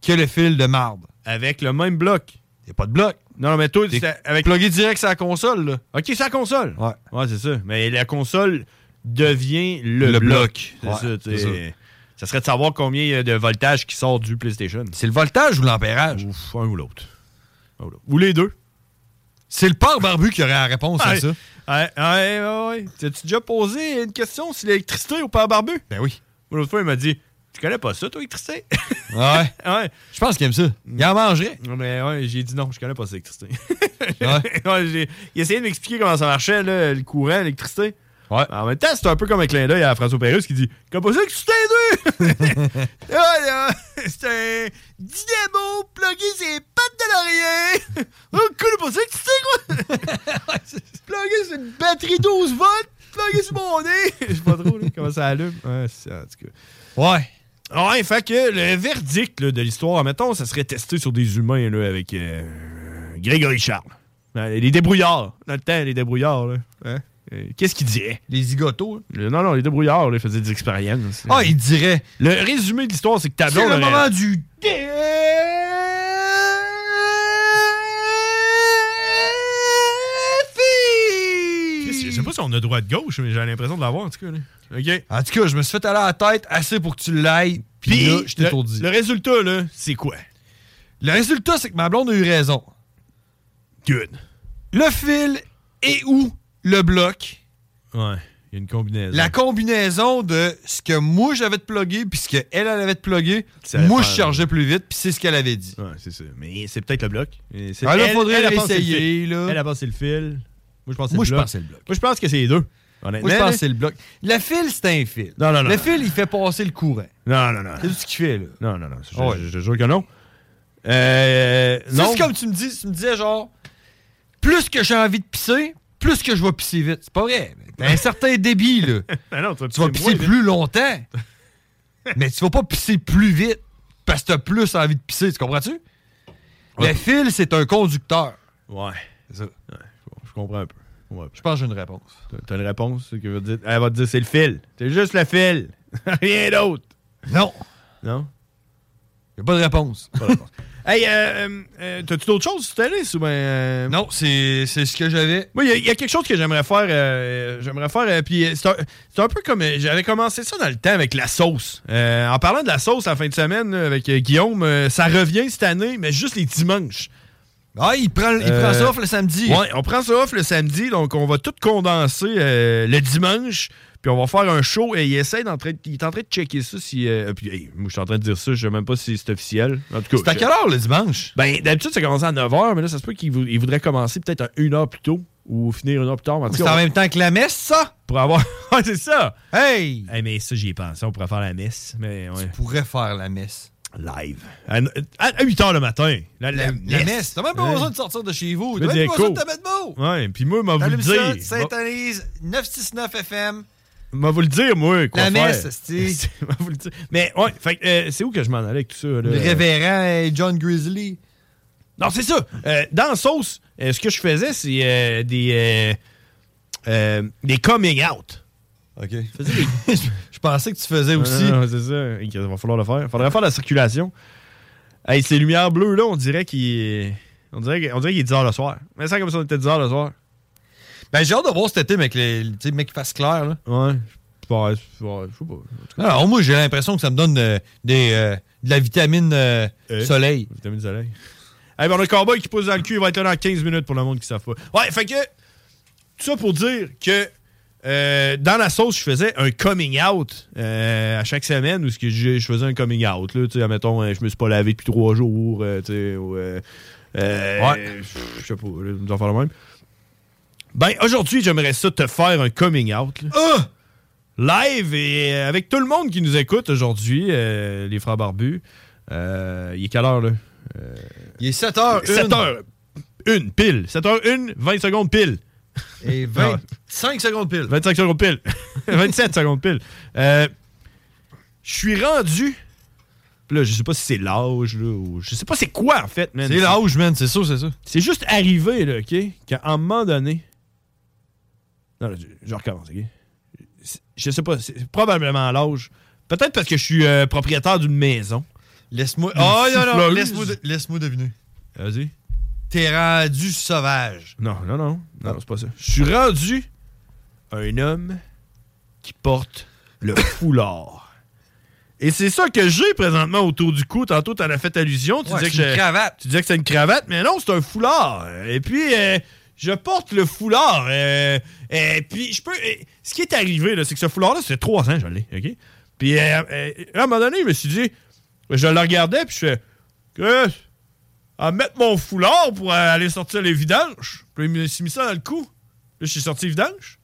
que le fil de marde. Avec le même bloc. Y a pas de bloc. Non, mais toi, T'es c'est avec. plugué direct sur la console, là. Ok, c'est la console. Ouais. Ouais, c'est ça. Mais la console devient le, Le bloc. bloc. C'est Ouais, ça, tu sais. c'est ça. Ça serait de savoir combien il y a de voltage qui sort du PlayStation. C'est le voltage ou l'ampérage? Ouf, un ou l'autre. Un Oh ou l'autre. Ou les deux. C'est le père barbu qui aurait la réponse à Ouais. ça. Ouais, ouais, ouais, ouais. T'as-tu déjà posé une question sur l'électricité au père barbu? Ben oui. L'autre fois, il m'a dit Tu connais pas ça, toi, l'électricité? *laughs* Ouais. ouais. Je pense qu'il aime ça. Il en mangerait. Mais ouais, j'ai dit non, je connais pas ça, l'électricité. Ouais. *laughs* Ouais, j'ai- il essayait de m'expliquer comment ça marchait, là, le courant, l'électricité. Ouais. En même temps, c'est un peu comme un clin d'œil à François Pérus qui dit Comme pas ça que tu *laughs* t'es deux Voilà, C'est un dynamo plugué ses pattes de laurier *laughs* Oh, cool, pas ça que tu sais, quoi Plugué sur une batterie 12 volts, plugué sur mon nez *laughs* Je sais pas trop *laughs* là, comment ça allume. Ouais, c'est en tout cas. Ouais. Ouais, fait que le verdict là, de l'histoire, mettons, ça serait testé sur des humains là, avec euh, Grégory Charles. Ouais, Les débrouillards. Dans le temps, les débrouillards. là. Hein? Euh, Qu'est-ce qu'ils diraient? Les zigotos. hein? Le- Non, non, les débrouillards là, ils faisaient des expériences. Ah, il dirait. Le résumé de l'histoire, c'est que ta C'est blonde hein. le aurait- moment du. Chris, Je sais pas si on a droit de gauche, mais j'ai l'impression de l'avoir en tout cas. là. OK. En tout cas, je me suis fait aller à la tête assez pour que tu l'ailles. Puis là, je t'étourdis. le, le résultat, là, c'est quoi? Le résultat, c'est que ma blonde a eu raison. Good. Le fil et ou le bloc. *laughs* Ouais, il y a une combinaison. La combinaison de ce que moi j'avais de plugger puis ce qu'elle elle avait de plugger, Ça allait moi je faire- chargeais plus vite puis c'est ce qu'elle avait dit. Ouais, c'est ça. Mais c'est peut-être le bloc. Mais c'est- Ah, là, elle- faudrait elle, elle pense que c'est le l'essayer, fil. là. Elle a passé le fil. Moi, je pense que c'est Moi, le je bloc. pense que c'est le bloc. Moi, je pense que c'est les deux. honnêtement, Moi je pense là. que c'est le bloc. Le fil, c'est un fil. Non, non, non. Le fil, il fait passer le courant. Non, non, non. C'est tout ce qu'il fait, là. Ah Non, non, non. Je, Ouais. je- je te jure que non. Euh, Ça, non. C'est comme tu me dis, tu me disais genre, plus que j'ai envie de pisser, plus que je vais pisser vite. C'est *laughs* pas vrai. mais T'as un certain débit, là. Ah non, tu vas Tu vas pisser *laughs* plus longtemps, mais tu vas pas pisser plus vite parce que t'as plus envie de pisser, tu comprends-tu? Le fil, c'est un conducteur. Ouais. C'est ça. Ouais, je- je comprends un peu. Ouais. Je pense que j'ai une réponse. T'as- T'as une réponse qui veut dire. Elle va te dire c'est le fil. C'est juste le fil. *laughs* Rien d'autre. Non, Non? y a pas de réponse. Pas de *laughs* réponse. hey, euh, euh, euh, t'as-tu d'autres choses sur ta liste ou ben. euh, non, c'est c'est ce que j'avais. Moi, il y a- il y, a quelque chose que j'aimerais faire. euh, j'aimerais faire. euh, puis euh, c'est un, c'est un peu comme. euh, J'avais commencé ça dans le temps avec la sauce. Euh, en parlant de la sauce en fin de semaine là, avec euh, Guillaume, euh, ça revient cette année, mais juste les dimanches. Ah, il prend, il Euh, prend ça off le samedi. Ouais, Ben, on prend ça off le samedi, donc on va tout condenser euh, le dimanche. Puis on va faire un show et il essaie d'en train- il est en train de checker ça si. euh, puis hey, moi je suis en train de dire ça, je sais même pas si c'est officiel. En tout cas. C'est à je- quelle heure le dimanche? ben, d'habitude, ça commence à 9h, mais là, ça se peut qu'il vou- il voudrait commencer peut-être à une heure plus tôt ou finir une heure plus tard. mais en tout C'est cas, en on- même temps que la messe, ça? Pour avoir. *laughs* Ouais, c'est ça! Hey! Eh, mais ça, j'y ai pensé. On pourrait faire la messe. Mais Tu ouais. pourrais faire la messe. Live. À, 8h le matin. La, la La, la messe. T'as même pas Ouais. besoin de sortir de chez vous. Je T'as veux même dire, pas besoin de cool. te mettre beau. Ouais, puis moi, m'a vous le T'allumes ça, tu dire. Saint-Analyse, 969 FM. M'a m'a vous le dire, moi. Quoi La faire. messe, *laughs* c'est- M'a vous le dire. Mais ouais, fait que, euh, c'est où que je m'en allais avec tout ça? Là? Le révérend euh, John Grizzly. Non, c'est ça. Euh, dans Sauce, euh, ce que je faisais, c'est euh, des. euh, euh, des coming out. OK. *laughs* je pensais que tu faisais aussi. Non, non, c'est ça. Il va falloir le faire. Faudrait faire la circulation. Hey, ces lumières bleues, là, on dirait qu'il. On dirait, qu'il- on dirait qu'il est 10h le soir. Mais ça, comme si on était 10h le soir. Ben, j'ai hâte de voir cet été, mec, les, tu sais, mec, qui fasse clair, là. Ouais. Ouais, je ouais, je sais pas. En tout cas, Alors, moi, j'ai l'impression que ça me donne euh, des, euh, de la vitamine euh, Eh? soleil. vitamine du soleil. Hey, ben, on a le cowboy qui pousse dans le cul. Il va être là dans 15 minutes pour le monde qui ne savent pas. Ouais, fait que. Tout ça pour dire que. euh, dans la sauce, je faisais un coming out euh, à chaque semaine où ce que je, je faisais un coming out. Là, tu sais, admettons, euh, je me suis pas lavé depuis trois jours. euh, tu sais, ou, euh, euh, Je sais pas, là, nous en faire le même. Ben, aujourd'hui, j'aimerais ça te faire un coming out. là Ah! live et euh, avec tout le monde qui nous écoute aujourd'hui, euh, les frères barbus. Euh, il est quelle heure là? Il est 7 h 7 h Une pile. 7 h 1 20 secondes pile. Et 25 secondes pile. 25 secondes *laughs* pile. 27 secondes pile. Euh, Je suis rendu Puis là, je sais pas si c'est l'âge, là, ou je sais pas c'est quoi, en fait, man. C'est l'âge, man, c'est ça, c'est ça. C'est juste arrivé, là, OK, qu'à un moment donné... Non, là, je, je recommence, OK? C'est- Je sais pas, c'est probablement l'âge. Peut-être parce que je suis euh, propriétaire d'une maison. Laisse-moi... Ah Oh non, non, laisse-moi de- laisse-moi deviner. Vas-y. T'es rendu sauvage. Non, non, non. Non, c'est pas ça. Je suis rendu un homme qui porte le foulard. Et c'est ça que j'ai présentement autour du cou. Tantôt, t'en as fait allusion. Tu Ouais, disais que c'est une j'ai- cravate. Tu disais que c'est une cravate, mais non, c'est un foulard. Et puis, euh, je porte le foulard. euh, et puis, je peux. euh, ce qui est arrivé, là, c'est que ce foulard-là, c'est trois ans, je l'ai. OK? Puis, euh, euh, à un moment donné, je me suis dit, je le regardais, puis je fais, Chris, à mettre mon foulard pour euh, aller sortir les vidanges. Puis, il me s'est mis ça dans le cou. Là, je suis sorti les vidanges.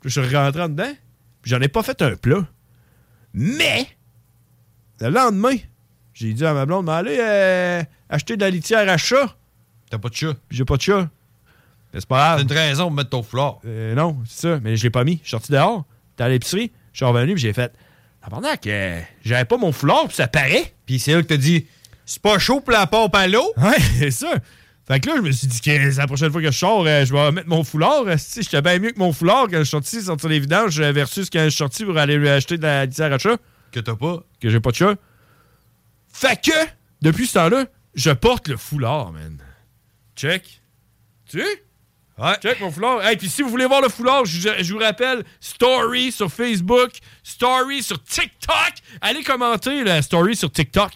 Puis, je suis rentré en dedans. Puis, j'en ai pas fait un plat. Mais, le lendemain, j'ai dit à ma blonde, mais allez euh, acheter de la litière à chat. T'as pas de chat. J'ai pas de chat. Mais c'est pas grave. T'as une raison pour mettre ton foulard. Euh, non, c'est ça. Mais je l'ai pas mis. Je suis sorti dehors. J'étais à l'épicerie. Je suis revenu puis j'ai fait. *laughs* Pendant euh, que j'avais pas mon foulard, puis ça paraît. Puis c'est là que t'as dit C'est pas chaud pour la pompe à l'eau. *laughs* Ouais, c'est ça. Fait que là, je me suis dit que la prochaine fois que je sors, euh, je vais mettre mon foulard. Si j'étais bien mieux que mon foulard quand je suis sorti, sortir les vidanges euh, versus quand je suis sorti pour aller lui acheter de la litière à chat. Que t'as pas. Que j'ai pas de chat. Fait que, depuis ce temps-là, je porte le foulard, man. Check. Tu sais? Check mon foulard. Hey, puis si vous voulez voir le foulard, je, je vous rappelle, story sur Facebook, story sur TikTok. Allez commenter la story sur TikTok.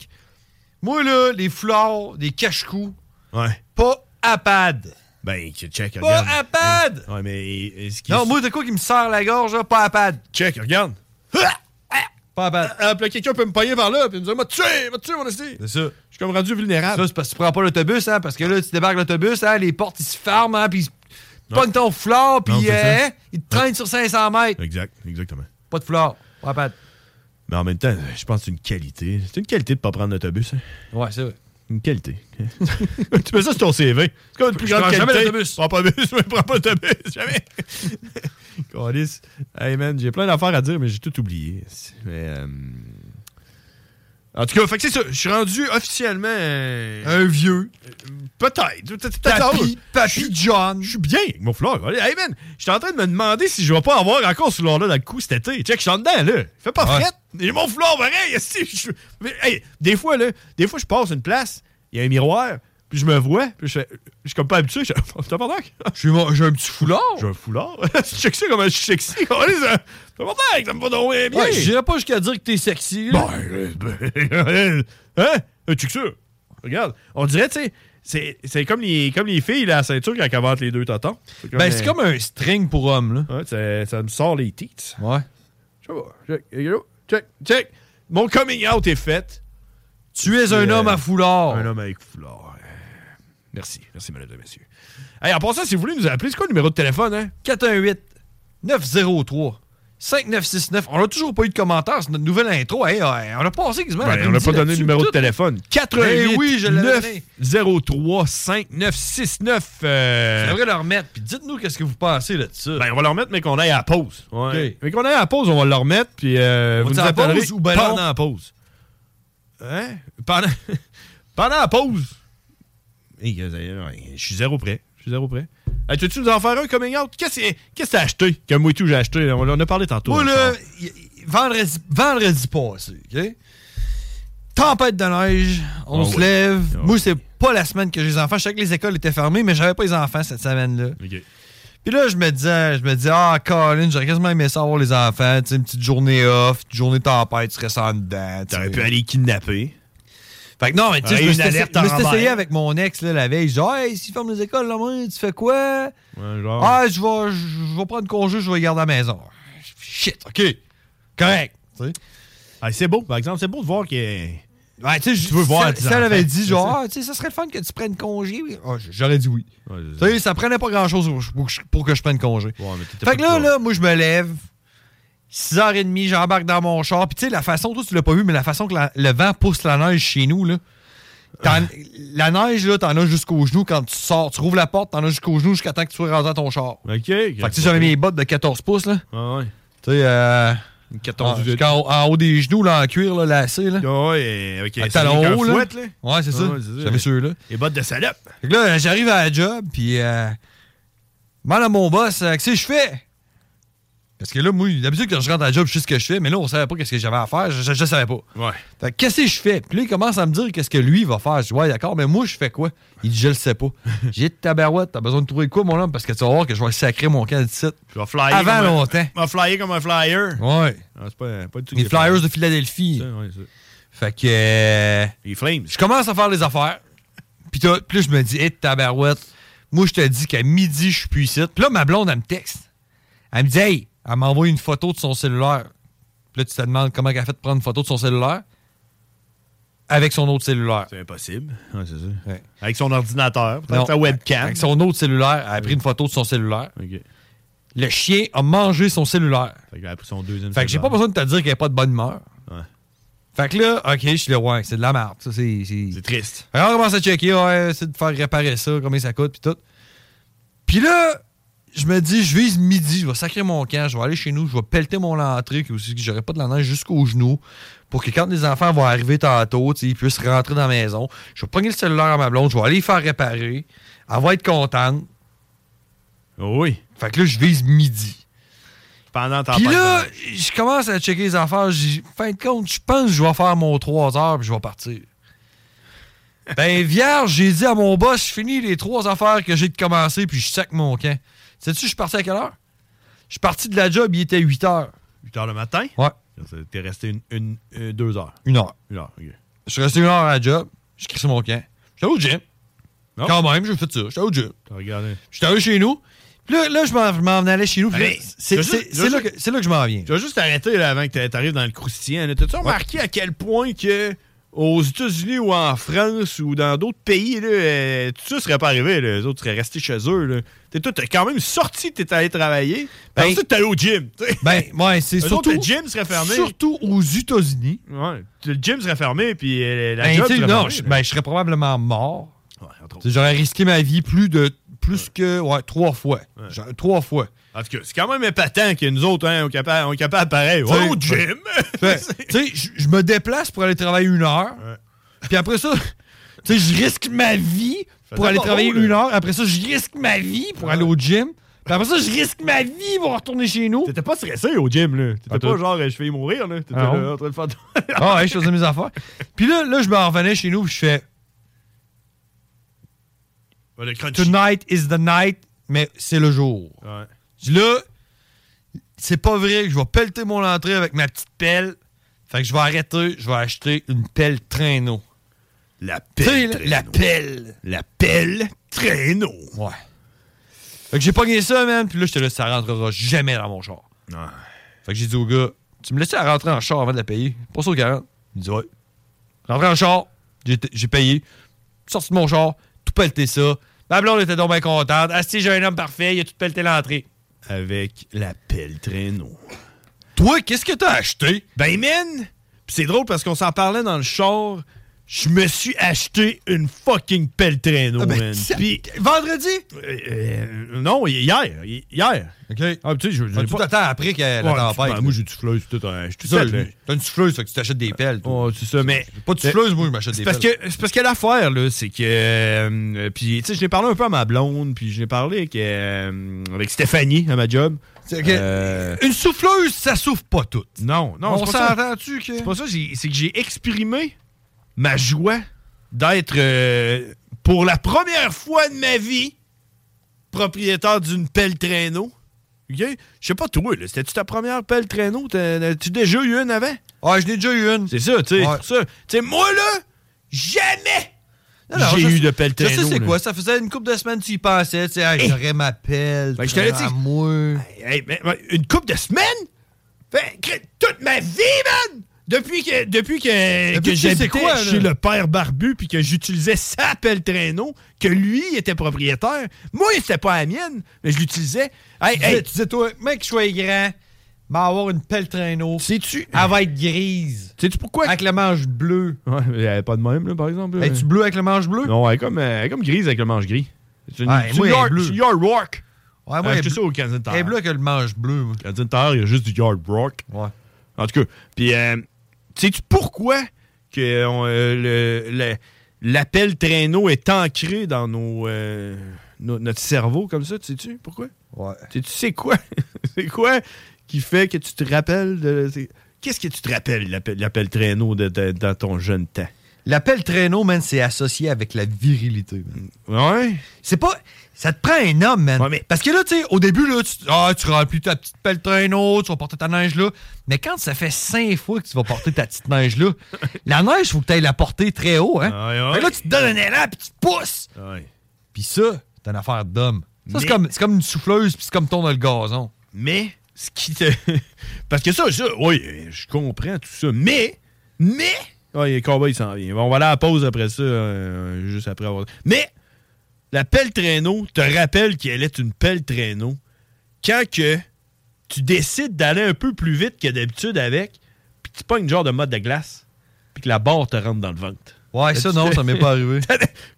Moi, là, les foulards, des cache-coups. Ouais. Pas à pad. Ben, check, Pas à pad. hein. Ouais, mais est-ce Non, moi, de quoi qui me serre la gorge, là, pas à pad. Check, regarde. Ah! Pas à pad. Ah, puis là, quelqu'un peut me pogner par là, puis me dire, m'a tué, m'a tué, mon esti. C'est ça. Je suis comme rendu vulnérable. Ça, c'est parce que tu prends pas l'autobus, hein, parce que là, tu débarques l'autobus, hein, les portes, ils se ferment, hein, puis ils se- pognent ton foulard, Non, puis c'est euh, ça. hein, ils te traînent sur 500 mètres. Exact, exactement. Pas de foulard. Pas à pad. Mais en même temps, je pense que c'est une qualité. C'est une qualité de pas prendre l'autobus. hein. Ouais, c'est vrai. Une qualité. *laughs* tu mets ça sur ton CV. C'est comme une plus Je grande prends jamais qualité. l'autobus. Prends pas le *laughs* bus, mais prends pas l'autobus. Jamais. *laughs* Câlisse. Hey man, j'ai plein d'affaires à dire, mais j'ai tout oublié. Mais, euh, En tout cas, fait que c'est ça. Je suis rendu officiellement. euh, Un vieux. Peut-être. Peut-être. peut-être ça. Papy, papy John. Je suis bien avec mon fleur. Allez, Hey man, j'étais en train de me demander si je vais pas avoir encore ce foulard-là dans le cou cet été. Check, je suis en dedans, là. Fais pas Ouais. frette. J'ai mon foulard pareil. esti. Je- Mais, hey, des fois, là, des fois, je passe une place, il y a un miroir, puis je me vois, puis je fais. Je suis comme pas habitué. Je fais, T'as pas J'ai mon- j'ai un petit foulard. J'ai un foulard. *laughs* je check ça comme je suis sexy. *laughs* Allez, ça- T'as pas ça me va donc bien. Ouais, je dirais pas jusqu'à dire que t'es sexy. là. Bon, euh, ben, *laughs* hein? Euh, Tu que ça? Regarde, on dirait, tu sais, c'est- c'est comme les, comme les filles, là, la ceinture, quand elles vantent les deux tontons. ben, c'est comme un string pour homme, là. Ouais, ça, ça me sort les teats. Ouais. Je sais pas. Check, yo, check, check. Mon coming out est fait. Tu es un Euh, homme à foulard. Un homme avec foulard. Merci. Merci, mesdames et messieurs. Hey, en passant, si vous voulez nous appeler, c'est quoi le numéro de téléphone, hein? 418-903-5969. On n'a toujours pas eu de commentaires sur notre nouvelle intro. Hey, hey, on a passé quasiment Ben, on n'a pas donné le numéro de téléphone. 88 Ben oui, je l'ai 9 donné. 03 5969. euh, J'aimerais le remettre. Puis dites-nous qu'est-ce que vous pensez là, de ça. Ben, on va le remettre, mais qu'on aille à la pause. Ouais. Ok. Mais qu'on aille à la pause, on va le remettre, puis euh, On vous dit nous à la pause appellerez ou ben là, on- pendant la pause. Hein? Pendant, *laughs* pendant la pause. Hey, euh, euh, Je suis zéro prêt. Je suis zéro prêt. Hey, tu veux-tu nous en faire un coming out? Qu'est-ce que qu'est-ce que t'as acheté? Que moi et tout, j'ai acheté. là? On en a parlé tantôt. Moi, hein, là, ça. y- y- vendredi, vendredi passé, OK? Tempête de neige, on Ah se oui. lève. Ah Moi, oui. c'est pas la semaine que j'ai les enfants. Je sais que les écoles étaient fermées, mais j'avais pas les enfants cette semaine-là. Ok. Puis là, je me disais, je me disais, ah, Colin, j'aurais quasiment aimé ça avoir les enfants. Tu sais, une petite journée off, une petite journée tempête, tu serais sans dedans. tu T'aurais sais. pu aller kidnapper. Fait que non, mais tu sais, Ouais, je me Ah, une suis essayé- alerte je me suis en essayé envers. avec mon ex là, la veille. Je dis, hey, s'ils ferment les écoles, là, moi, tu fais quoi? Ouais, genre. Ah, je vais, je vais prendre congé, je vais les garder à la maison. Shit, OK. Correct. tu sais. Ah, c'est beau, par exemple. C'est beau de voir que. Ouais, tu sais, je- Tu veux voir ça- tes ça, elle avait enfants, dit, c'est genre, ça. Ah, tu sais, ça serait le fun que tu prennes congé. oui. Ah, j- J'aurais dit oui. Ouais, Tu sais, ça prenait pas grand-chose pour, pour que je- pour que je prenne congé. Ouais, mais t'étais Fait que pas là, de- là, moi, je me lève. 6h30, j'embarque dans mon char. Puis tu sais, la façon, toi, tu l'as pas vu, mais la façon que la- le vent pousse la neige chez nous, là. T'en- la neige, là, t'en as jusqu'aux genoux quand tu sors. Tu rouvres la porte, t'en as jusqu'aux genoux jusqu'à temps que tu sois rendu à ton char. Ok. Fait que tu sais, j'avais mes bottes de 14 pouces, là. Ah Ouais, ouais. Tu sais, euh, Une 14 Ah, jusqu'en- en haut des genoux, là, en cuir, là, lacé, là. Ah Ouais, avec Un un talon avec un haut, là. fouet, là. Ah Ouais, c'est ça. Ouais, c'est ça. J'avais ceux-là. Les bottes de salope. Fait que là, Euh, j'arrive à la job, puis euh, demande à mon boss, euh, qu'est-ce que je fais? Parce que là, moi, d'habitude, quand je rentre à la job, je sais ce que je fais, mais là, on savait pas qu'est-ce que j'avais à faire, je, je, je savais pas. Ouais. Fait que, qu'est-ce que je fais? Puis là, il commence à me dire qu'est-ce que lui va faire. Je dis, ouais, d'accord, mais moi, je fais quoi? Il dit, je le *laughs* sais pas. J'ai de tabarouette, t'as besoin de trouver quoi, mon homme? Parce que tu vas voir que je vais sacrer mon camp d'ici. Je vais flyer. Avant comme un- longtemps. Je vais flyer comme un flyer. Ouais. Ah, c'est pas, pas du tout Les des Flyers de Philadelphie. Ça, ouais, ça. Fait que. euh, Je commence à faire les affaires. Puis tout. Puis là, je me dis, hé, tabarouette. Moi, je te dis qu'à midi, je suis plus ici. Puis là, ma blonde, elle me texte. Elle me dit, hey, elle m'envoie une photo de son cellulaire. Puis là, tu te demandes comment elle a fait de prendre une photo de son cellulaire avec son autre cellulaire. C'est impossible. Ouais, c'est ça. Avec son ordinateur, peut-être Non. sa webcam. Avec son autre cellulaire, elle a pris une photo de son cellulaire. Le chien a mangé son cellulaire. Fait qu'elle a pris son deuxième. Fait que j'ai pas cellulaire. besoin de te dire qu'elle n'est pas de bonne humeur. Ouais. Fait que là, OK, je suis là, ouais, c'est de la merde. Ça, c'est, c'est... triste. Fait qu'on commence à checker, ouais, c'est de faire réparer ça, combien ça coûte, puis tout. Puis là, je me dis, je vise midi, je vais sacrer mon camp, je vais aller chez nous, je vais pelleter mon entrée, que aussi que j'aurai pas de l'entrée jusqu'aux genoux, pour que quand les enfants vont arriver tantôt, tu sais, ils puissent rentrer dans la maison. Je vais pogner le cellulaire à ma blonde, je vais aller y faire réparer. Elle va être contente. Oui. Fait que là, je vise midi. Pendant ta Puis pause. là, je commence à checker les affaires. J'ai fin de compte, je pense que je vais faire mon 3 heures puis je vais partir. *laughs* Ben, vierge, j'ai dit à mon boss, je finis les trois affaires que j'ai de commencer puis je sac mon camp. Sais-tu, je suis parti à quelle heure? Je suis parti de la job, il était 8 heures. 8 heures le matin? Ouais. T'es resté une, une, euh, deux heures. Une heure. Une heure, OK. Je suis resté une heure à la job, j'ai crissé mon camp. J'étais au gym. Quand même, j'ai fait ça. J'étais au gym. T'as regardé. J'étais allé chez nous. Puis là, là, je m'en- je m'en venais aller chez nous. puis là, Allez, c'est Ben, je- c'est- je- c'est là, que- c'est là que je m'en viens. Je vais juste arrêter là, avant que t'a- t'arrives dans le croustillant. là. T'as-tu remarqué à quel point que aux États-Unis ou en France ou dans d'autres pays, là, euh, tout ça serait pas arrivé. là. Les autres seraient restés chez eux. là. T'es toi, t'es quand même sorti, t'es allé travailler. Ben, ensuite, t'es allé au gym. tu sais. Ben, ouais, c'est Eux autres, surtout. le gym serait fermé. Surtout aux États-Unis. Ouais. Le gym serait fermé, puis euh, la Ben, job tu sais, serait non, fermée, je, là. ben, je serais probablement mort. Tu sais, J'aurais risqué ma vie plus de plus que ouais, trois fois. ben, Genre, Trois fois. En tout cas, c'est quand même épatant que nous autres, hein, on est capable, on est capable pareil. Tu sais, Ouais, au gym! *laughs* Fait- tu sais, je- je me déplace pour aller travailler une heure. Puis après ça, *laughs* tu sais, je risque ma vie pour Fais-le aller pas travailler beau, là. une heure. Après ça, je risque ma vie pour aller au gym. Puis après ça, je risque ma vie pour retourner chez nous. T'étais pas stressé au gym, là. T'étais Pas pas tout. genre, euh, je vais y mourir, là. T'étais Ah non. là, en train de faire. *laughs* Ah ouais, je faisais mes affaires. Puis là, là je me revenais chez nous, puis je fais Ouais, le crunch. Tonight is the night, mais c'est le jour. Ouais. Je dis, là, c'est pas vrai que je vais pelleter mon entrée avec ma petite pelle. Fait que je vais arrêter, je vais acheter une pelle traîneau. La pelle. La pelle. La pelle traîneau. Ouais. Fait que j'ai pogné ça, man. Puis là, j'étais là, ça rentrera jamais dans mon char. Fait que j'ai dit au gars, tu me laissais à rentrer en char avant de la payer. Pas sur 40. Il dit, ouais. Rentré en char, j'ai t- j'ai payé. Sorti de mon char, tout pelleté ça. Ma blonde était donc bien contente. Ah, si, j'ai un homme parfait, il a tout pelleté l'entrée. Avec la pelle traîneau. Toi, qu'est-ce que t'as acheté? Ben, man! Pis c'est drôle parce qu'on s'en parlait dans le char. Je me suis acheté une fucking pelle Ah, traîneau, man. Puis- ben, Vendredi? Euh, euh, non, hi- hier. hi- Hier. OK. Ah, tu sais, je. Ah, tu t'attends après que la tempête, là. ben, moi, j'ai du fleuve, tout. hein, Je suis tout Ça, seul, là. T'as une souffleuse, fait que tu t'achètes des pelles. toi. c'est ça, mais. Pas de souffleuse, moi, je m'achète C'est des parce que pelles. c'est parce que l'affaire là, c'est que euh, puis tu sais, je l'ai parlé un peu à ma blonde, puis je l'ai parlé avec, euh, avec Stéphanie à ma job. Euh, Une souffleuse, ça souffle pas tout. Non, non, On c'est pas ça. s'entend-tu que. C'est pas ça, j'ai- c'est que j'ai exprimé ma joie d'être euh, pour la première fois de ma vie propriétaire d'une pelle traîneau. OK? Je sais pas toi, là, c'était-tu ta première pelle traîneau? T'as- T'as-tu déjà eu une avant? Ah, je n'ai déjà eu une. C'est ça, tu sais, Ouais. c'est pour ça. Tu sais, moi, là, jamais Non, non, j'ai je- eu de pelle traîneau. Je sais, c'est là. quoi? Ça faisait une couple de semaines que tu y pensais. Tu sais, Hey, j'aurais ma pelle. Ben, je te l'ai j'aurais dit. Moi. Hey, ben, ben, une coupe de semaines? Fait que toute ma vie, man! Depuis que, depuis que, Depuis que que tu sais j'habitais quoi, là. chez le père Barbu puis que j'utilisais sa pelle traîneau, que lui était propriétaire, moi, c'était pas la mienne, mais je l'utilisais. Hey, Tu disais- hey, tu disais, toi, mec, je sois grand, va avoir une pelle traîneau. Sais-tu? Elle va être grise. Sais-tu pourquoi? Avec la manche bleue. Ouais, mais elle est pas de même, là, par exemple. là. Es-tu bleu avec la manche bleue? Non, elle est, comme, euh, elle est comme grise avec le manche gris. C'est une, Ouais, c'est moi, une elle est yard, bleue. c'est une yard rock. Ouais, moi, Ah, elle est j'étais bleue- ça au Canadian Tire. Elle est bleue avec le manche bleu. moi. Canadian Tire, il y a juste du yard rock. Ouais. En tout cas, puis, euh, sais-tu pourquoi que euh, on, euh, le- le- l'appel traîneau est ancré dans nos, euh, no- notre cerveau comme ça? Tu sais-tu pourquoi? Ouais. Tu sais quoi? *laughs* c'est quoi qui fait que tu te rappelles de. c'est- Qu'est-ce que tu te rappelles de l'appel- l'appel traîneau de- de- dans ton jeune temps? L'appel traîneau, man, c'est associé avec la virilité, man. Ouais. C'est pas. Ça te prend un homme, man. Parce que là, tu sais, au début, là, tu, ah, tu remplis ta petite pelle traîneau, tu vas porter ta neige là. Mais quand ça fait cinq fois que tu vas porter ta petite neige *laughs* là, la neige, faut que tu ailles la porter très haut, hein. ouais. Fait que là, tu te donnes un élan, puis tu te pousses. Ouais. Puis ça, c'est une affaire d'homme. Ça, c'est Mais- comme, c'est comme une souffleuse, puis c'est comme tourner le gazon. Mais, ce qui te. *laughs* Parce que ça, ça, oui, je comprends tout ça. Mais, mais. Oui, les cowboys, ils s'en viennent. On va aller à la pause après ça, euh, juste après avoir. Mais, la pelle traîneau te rappelle qu'elle est une pelle traîneau quand que tu décides d'aller un peu plus vite que d'habitude avec, puis tu pognes une genre de mode de glace, puis que la barre te rentre dans le ventre. Ouais, ça, non, ça m'est *laughs* pas arrivé.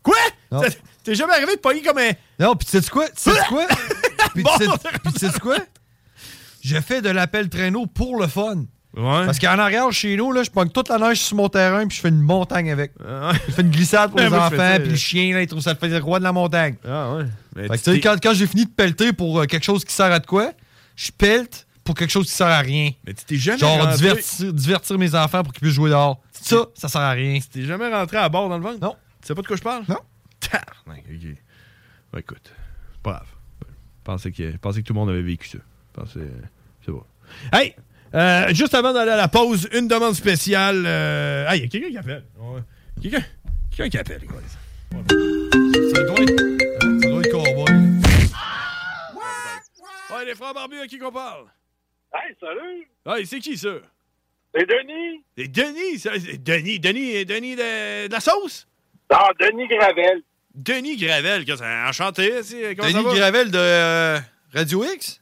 Quoi? Ça- T'es jamais arrivé de pogner comme un. Non, puis tu sais quoi? Tu sais *laughs* quoi? Puis tu sais- puis tu sais quoi? Je fais de l'appel traîneau pour le fun. Parce qu'en arrière, chez nous, là, je pogne toute la neige sur mon terrain puis je fais une montagne avec. Je fais une glissade pour Ah *laughs* Ouais, les moi, je fais enfants ça, puis là. le chien, là, il trouve ça fait le roi de la montagne. Ah ouais. Fait que, tu sais, quand, quand j'ai fini de pelleter pour euh, quelque chose qui sert à de quoi, je pelte pour quelque chose qui sert à rien. Mais tu t'es jamais Genre rentré- divertir, divertir mes enfants pour qu'ils puissent jouer dehors. Ça, ça sert à rien. T'es jamais rentré à bord dans le ventre? Non. Tu sais pas de quoi je parle? Non. Tabarnak, ok. Bah, écoute, c'est pas grave. Je pensais que, je pensais que tout le monde avait vécu ça. euh. Je pensais. C'est bon. Hey! euh, juste avant d'aller à la pause, une demande spéciale. euh, Ah, il y a quelqu'un qui appelle. Ouais. Quelqu'un quelqu'un qui appelle, quoi. Ça doit être, ça doit être cowboy. Ouais, les frères barbus, à qui qu'on parle? Hey, salut! Hey, c'est qui, ça? C'est Denis! C'est Denis, ça, c'est Denis, Denis, Denis de, de la sauce? Non, Denis Gravel. Denis Gravel, que ça, enchanté, c'est- comment ça va? Denis Gravel de euh, Radio X?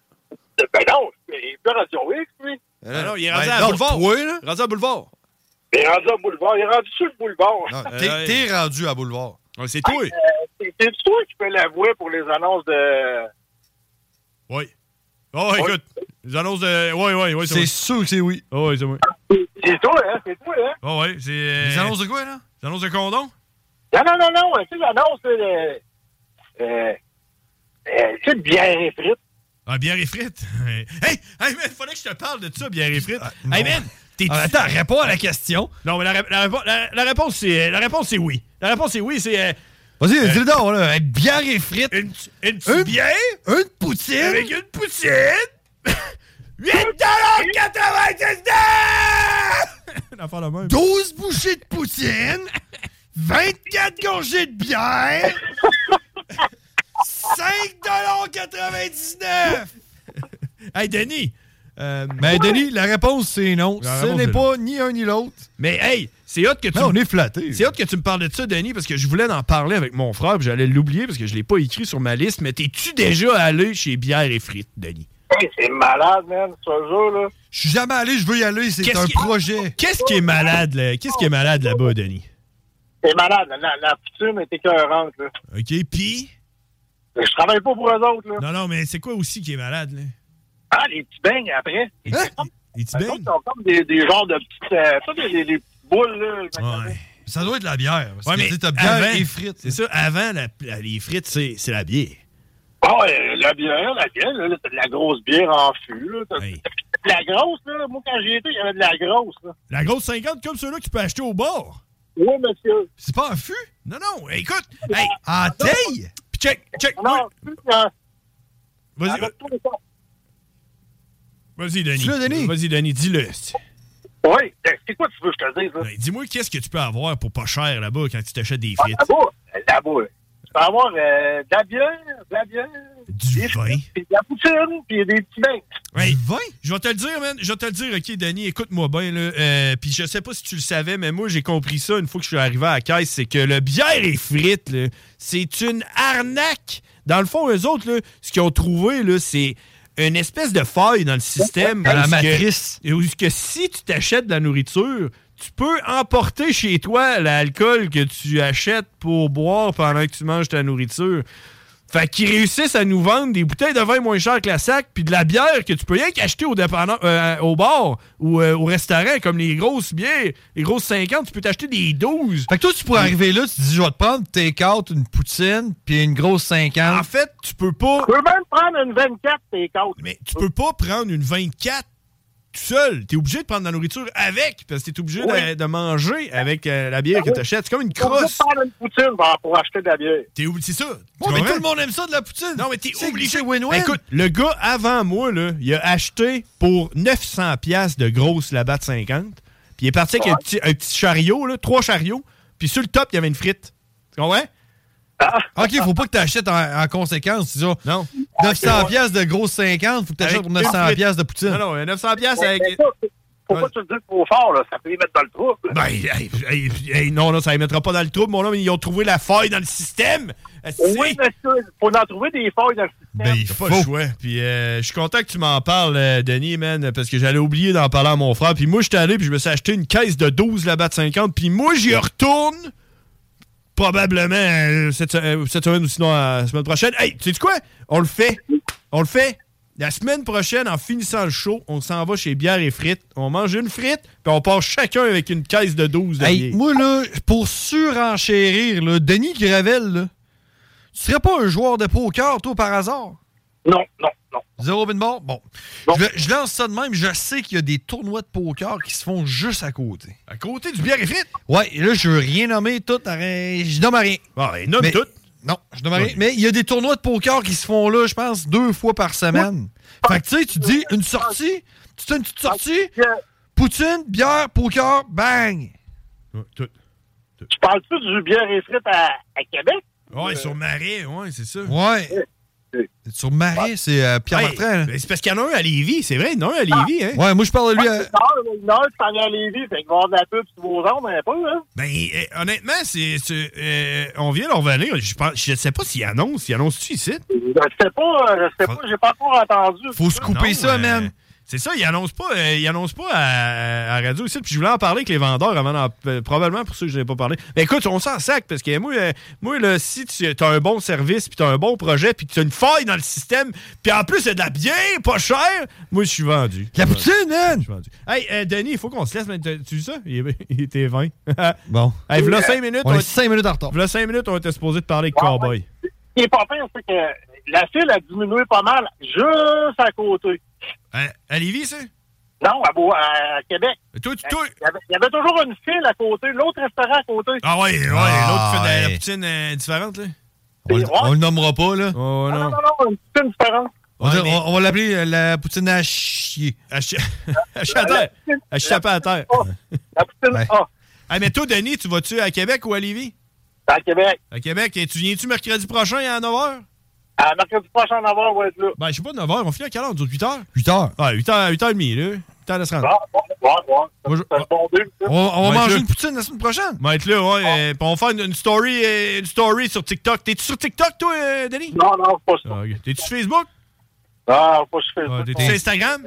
Ben non, il peut Radio X, lui. Ah non, il est Ben, rendu à dans le boulevard. trou, là. Rendu à boulevard. Il est rendu au boulevard. Il est rendu sur le boulevard. Ah, T'es t'es rendu à Boulevard. c'est Euh, c'est c'est toi qui peux l'avouer pour les annonces de. Oui. Oh, écoute, les annonces de. Oui, oui, oui. C'est sûr que c'est oui. Oh, oui, c'est moi. C'est toi, hein? C'est toi, hein? Oh, oui, c'est. Les annonces de quoi, là? Les annonces de condom? Non, non, non, non. C'est l'annonce de. Euh, euh, euh, tu sais, de bière et frites. Ah, bière et frites. *laughs* hey, hey, man, fallait que je te parle de ça, bière et frites. hey, man, t'es. Ah, attends, réponds à la question. Non, mais la, ré- la répo- la- la réponse, c'est. euh, La réponse, c'est oui. La réponse, c'est oui, c'est. euh, Vas-y, dis-le donc, là. Une bière et frites. Une, une petite bière? Une poutine? Avec une poutine? 8,99$! L'affaire la même. 12 bouchées de poutine, 24 gorgées de bière, 5,99$! *laughs* Hey, Denis! Euh, Mais Denis, la réponse c'est non. La Ce réponse, n'est c'est pas ni un ni l'autre. Mais hey, c'est hot que tu. Mais on est flatté. C'est hot que tu me parles de ça, Denis, parce que je voulais en parler avec mon frère, puis j'allais l'oublier parce que je l'ai pas écrit sur ma liste. Mais t'es-tu déjà allé chez Bière et Frites, Denis? Hey, c'est malade, man. Ce jour, là. Je suis jamais allé, je veux y aller, c'est Qu'est-ce un qui- projet. Qu'est-ce qui est malade, là? Qu'est-ce qui est malade là-bas, Denis? C'est malade. La, la poutine est écœurante, là. OK, puis. Je travaille pas pour eux autres, là. Non, non, mais c'est quoi aussi qui est malade, là? Ah, les petits beignes, après. Ah. Ben, Les, les petits beignes? Ils sont comme des, des genres de petites. Euh, pas des, des- des boules, là. Ouais. Ça doit être de la bière. Parce Ouais, que, mais tu sais, t'as bière avant- et frites. hein. C'est ça, avant, la- la- les frites, c'est c'est la bière. Ah, ouais, la bière, la bière, là, c'est de la grosse bière en fût, là. T'as- t'as De la grosse, là. Moi, quand j'y étais, il y avait de la grosse, là. La grosse 50, comme ceux-là que tu peux acheter au bar. Oui, monsieur. C'est pas un fût? Non, non, écoute. Hey, En taille? Puis check, check. Non, plus, hein. Vas-y, Avec tous les sens. vas-y, Denis. Vas-y, Denis, dis-le. Oui, c'est quoi tu veux que je te dise, là? Hey, Dis-moi, qu'est-ce que tu peux avoir pour pas cher là-bas quand tu t'achètes des frites? Ah, Là-bas, là-bas, tu peux avoir euh, de la bière, de la bière, Du vin. puis de la poutine, puis des petits beignes. Hey, Je vais te le dire, man. Je vais te le dire, OK, Danny, écoute-moi bien. là. Euh, Puis je sais pas si tu le savais, mais moi, j'ai compris ça une fois que je suis arrivé à la caisse. C'est que le bière et frites, là, c'est une arnaque. Dans le fond, eux autres, là, ce qu'ils ont trouvé, là, c'est une espèce de faille dans le système. Dans la où ce que- matrice. et où ce que si tu t'achètes de la nourriture, tu peux emporter chez toi l'alcool que tu achètes pour boire pendant que tu manges ta nourriture. Fait qu'ils réussissent à nous vendre des bouteilles de vin moins chères que la sac, puis de la bière que tu peux rien qu'acheter au, dépanneur- euh, au bar ou euh, au restaurant, comme les grosses bières, les grosses 50, tu peux t'acheter des 12. Fait que toi, tu pourrais arriver là, tu te dis, je vais te prendre take-out, une poutine, puis une grosse 50. En fait, tu peux pas... Tu peux même prendre une 24, tes côtes. Mais tu peux pas prendre une 24 tout seul. T'es obligé de prendre de la nourriture avec, parce que t'es obligé Oui. de, de manger avec euh, la bière que t'achètes. C'est comme une crosse. Tu prendre une poutine bah, pour acheter de la bière. T'es obligé, c'est ça. Ouais, mais tout le monde aime ça de la poutine. Non, mais t'es obligé. C'est win-win. Écoute, le gars avant moi, là, il a acheté pour 900 pièces de grosse Labatt 50. Puis il est parti avec un, petit, un petit chariot, là, trois chariots. Puis sur le top, il y avait une frite. Tu comprends? Ah. OK, faut pas que tu achètes en, en conséquence. Tu dis, oh, non. Ah, 900 pièces de grosse 50, faut que tu achètes Avec pour une 900 frite. pièces de poutine. Non, non, euh, 900 pièces Ouais, avec... mais ça, Pourquoi tu le dis trop fort, là? Ça peut les mettre dans le trouble. Ben, hey, hey, hey, non, là, ça ne mettra pas dans le trouble, mon homme. Ils ont trouvé la faille dans le système. Oui, mais ça, faut en trouver des failles dans le système. Ben, il pas le choix. Puis, euh, je suis content que tu m'en parles, euh, Denis, man, parce que j'allais oublier d'en parler à mon frère. Puis, moi, j'étais allé, puis je me suis acheté une caisse de 12 là-bas de 50. Puis, moi, j'y retourne probablement euh, cette, se- euh, cette semaine ou sinon euh, la semaine prochaine. Hey, tu sais quoi? On le fait. On le fait. La semaine prochaine, en finissant le show, on s'en va chez Bière et Frites. On mange une frite, puis on part chacun avec une caisse de 12 de bière. Hey, moi, là, pour surenchérir, là, Denis Gravel, là, tu serais pas un joueur de poker, toi, par hasard? Non, non, non. Zéro bin ball? Bon. Je, vais- je lance ça de même. Je sais qu'il y a des tournois de poker qui se font juste à côté. À côté du bière et frites? Ouais, et là, je veux rien nommer tout. arrête, Je nomme rien. ben, nomme Mais- tout. Non, je nomme rien. Mais il y a des tournois de poker qui se font là, je pense, deux fois par semaine. Fait que tu sais, tu dis une sortie, tu fais une petite sortie, poutine, bière, poker, bang! Tu parles-tu du bière et frites à, à Québec? Ouais, sur Marais, ouais, c'est ça. Ouais. Sur Marais, c'est euh, Pierre Martin. là. C'est parce qu'il y en a un à Lévis, c'est vrai, il y en a un à Lévis, hein? Ouais, moi, je parle de lui. euh, à- Une heure, une heure, tu t'en viens à Lévis, fait que va y avoir de la pub sur vos ondes un peu, hein? Ben, eh, honnêtement, c'est, c'est- euh, on vient de revenir. Je pense, je sais pas s'il annonce. Il annonce-tu ici? Je sais pas, euh, je sais pas, j'ai pas encore entendu. Faut se couper ça, man. C'est ça, il annonce pas, euh, il annonce pas à, à radio ici. Puis je voulais en parler avec les vendeurs avant, d'en- euh, probablement pour ceux que je n'ai pas parlé. Mais écoute, on s'en sac parce que moi, euh, moi là, si tu as un bon service, puis tu as un bon projet, puis tu as une faille dans le système, puis en plus, c'est de la bière pas chère, moi, je suis vendu. La poutine, man! Hey, euh, Denis, il faut qu'on se laisse. mais t'as- Tu dis ça? Il, est- *laughs* il était 20. bon. Hey, v'là 5 minutes. On est on- 5 minutes en retard. V'là 5 minutes, on était supposé de parler avec Cowboy. Ce qui est pas pire, c'est que la file a diminué pas mal juste à côté. À, à Lévis, ça? Non, à, Beau- à Québec. Toi, Il y, avait, il y avait toujours une file à côté, l'autre restaurant à côté. Ah ouais, ouais, Ah, l'autre fait de la- la ouais. poutine euh, différente, là. On, on le nommera pas, là. Oh, Ah, Non, non, non, une petite différence. On, dirait- on- on va l'appeler euh, la poutine à chier. À chier. *laughs* À chier à terre. À chier à terre. La poutine Ouais. A. Ah, mais toi, Denis, tu vas-tu à Québec ou à Lévis? À Québec. À Québec. Et tu viens-tu mercredi prochain à 9h? À mercredi prochain, en avoir, on va être là. Ben, je sais pas, 9h. On finit à quelle heure? On dure Ah, 8h? 8 heures. Ouais, 8h, 8h30, là. 8h de se rendre. Bon, bon, bon, bon. C'est un bon deal, ça. Ah. On, on va Ouais, manger je- une poutine la semaine prochaine. On va être là, ouais. euh, puis on va faire une, une story, euh, une story sur TikTok. T'es-tu sur TikTok, toi, euh, Denis? Non, non, pas ça. T'es-tu sur Facebook? Ah, pas sur Facebook. T'es-tu sur Instagram?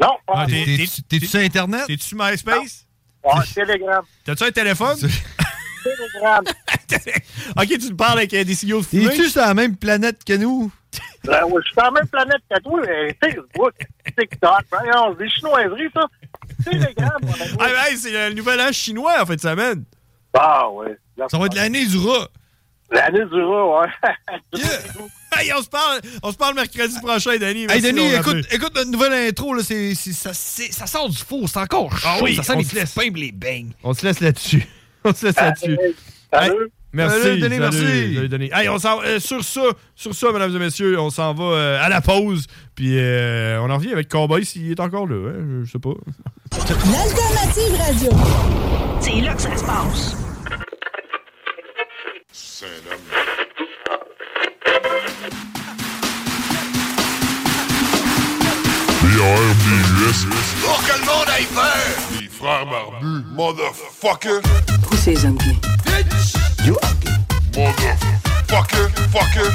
Non, Ah, pas t'es- T'es- T'es-tu sur Internet? T'es-tu sur MySpace? Ah, Telegram. T'as-tu un téléphone? Telegram. *laughs* ok, tu me parles avec euh, des signaux de fumée? T'es-tu sur la même planète que nous? Ben, ouais, je suis sur la même planète que toi. mais Facebook, TikTok, ben, on vit chinoiserie, ça. Telegram, mon ami. Ah, ben, hey, c'est le nouvel an chinois en fin de semaine. Ah, ouais. Là, Ça va être l'année du rat. L'année du rat, ouais. *laughs* Hey, on se parle, on se parle mercredi prochain, Denis. Hey Merci Denis, d'avoir écoute, appelé. écoute notre nouvelle intro, là, c'est- c'est- ça, c'est- ça sort du four, c'est encore chaud. Ah oui, ça sent on les se petits pains pis les beignes. On se laisse là-dessus. *laughs* On se laisse là-dessus. Salut. Merci. Salut, Denis, merci. salut, Denis. Hey, on s'en- euh, sur ça, sur ça, mesdames et messieurs, on s'en va euh, à la pause. Puis euh, on en revient avec Cowboy s'il est encore là. hein, je sais pas. L'alternative radio. C'est là que ça se passe. B.R.B.U.S. Pour que le monde aille faire! Les frères barbus. Motherfucker. Où c'est les hommes Bitch. You are Motherfucker. Fucker.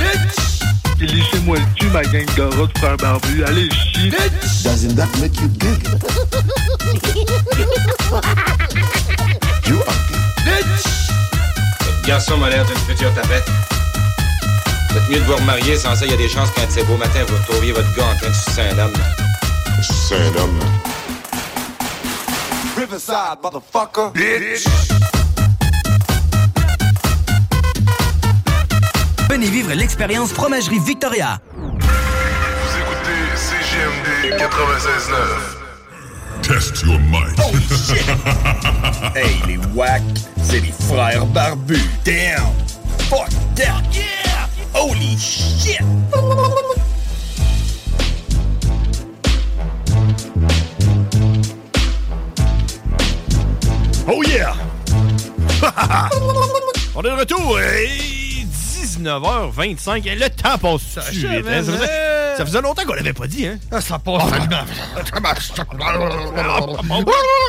Bitch. Et Laissez-moi le cul, ma gang de rats de frères barbus. Allez, chier. Doesn't that make you gig? Votre garçon m'a l'air d'une future tapette. Vous êtes mieux de vous remarier, sans ça, il y a des chances qu'un de ces beaux matins, vous retrouviez votre gars en train de sucer un homme. Sucer un homme. Riverside, motherfucker. Bitch. Venez vivre l'expérience Fromagerie Victoria. Vous écoutez CGMD 96.9. Test your mic. Oh, *laughs* hey, les wack, c'est les frères barbus. Damn. Fuck that. Yeah. Holy *laughs* shit. Oh yeah! On est de retour! euh, et 19h25, et Eh, le temps passe ça, vite, achève, hein? ça, hein? faisait, ça faisait longtemps qu'on l'avait pas dit, hein? ça passe tellement *laughs* Ah,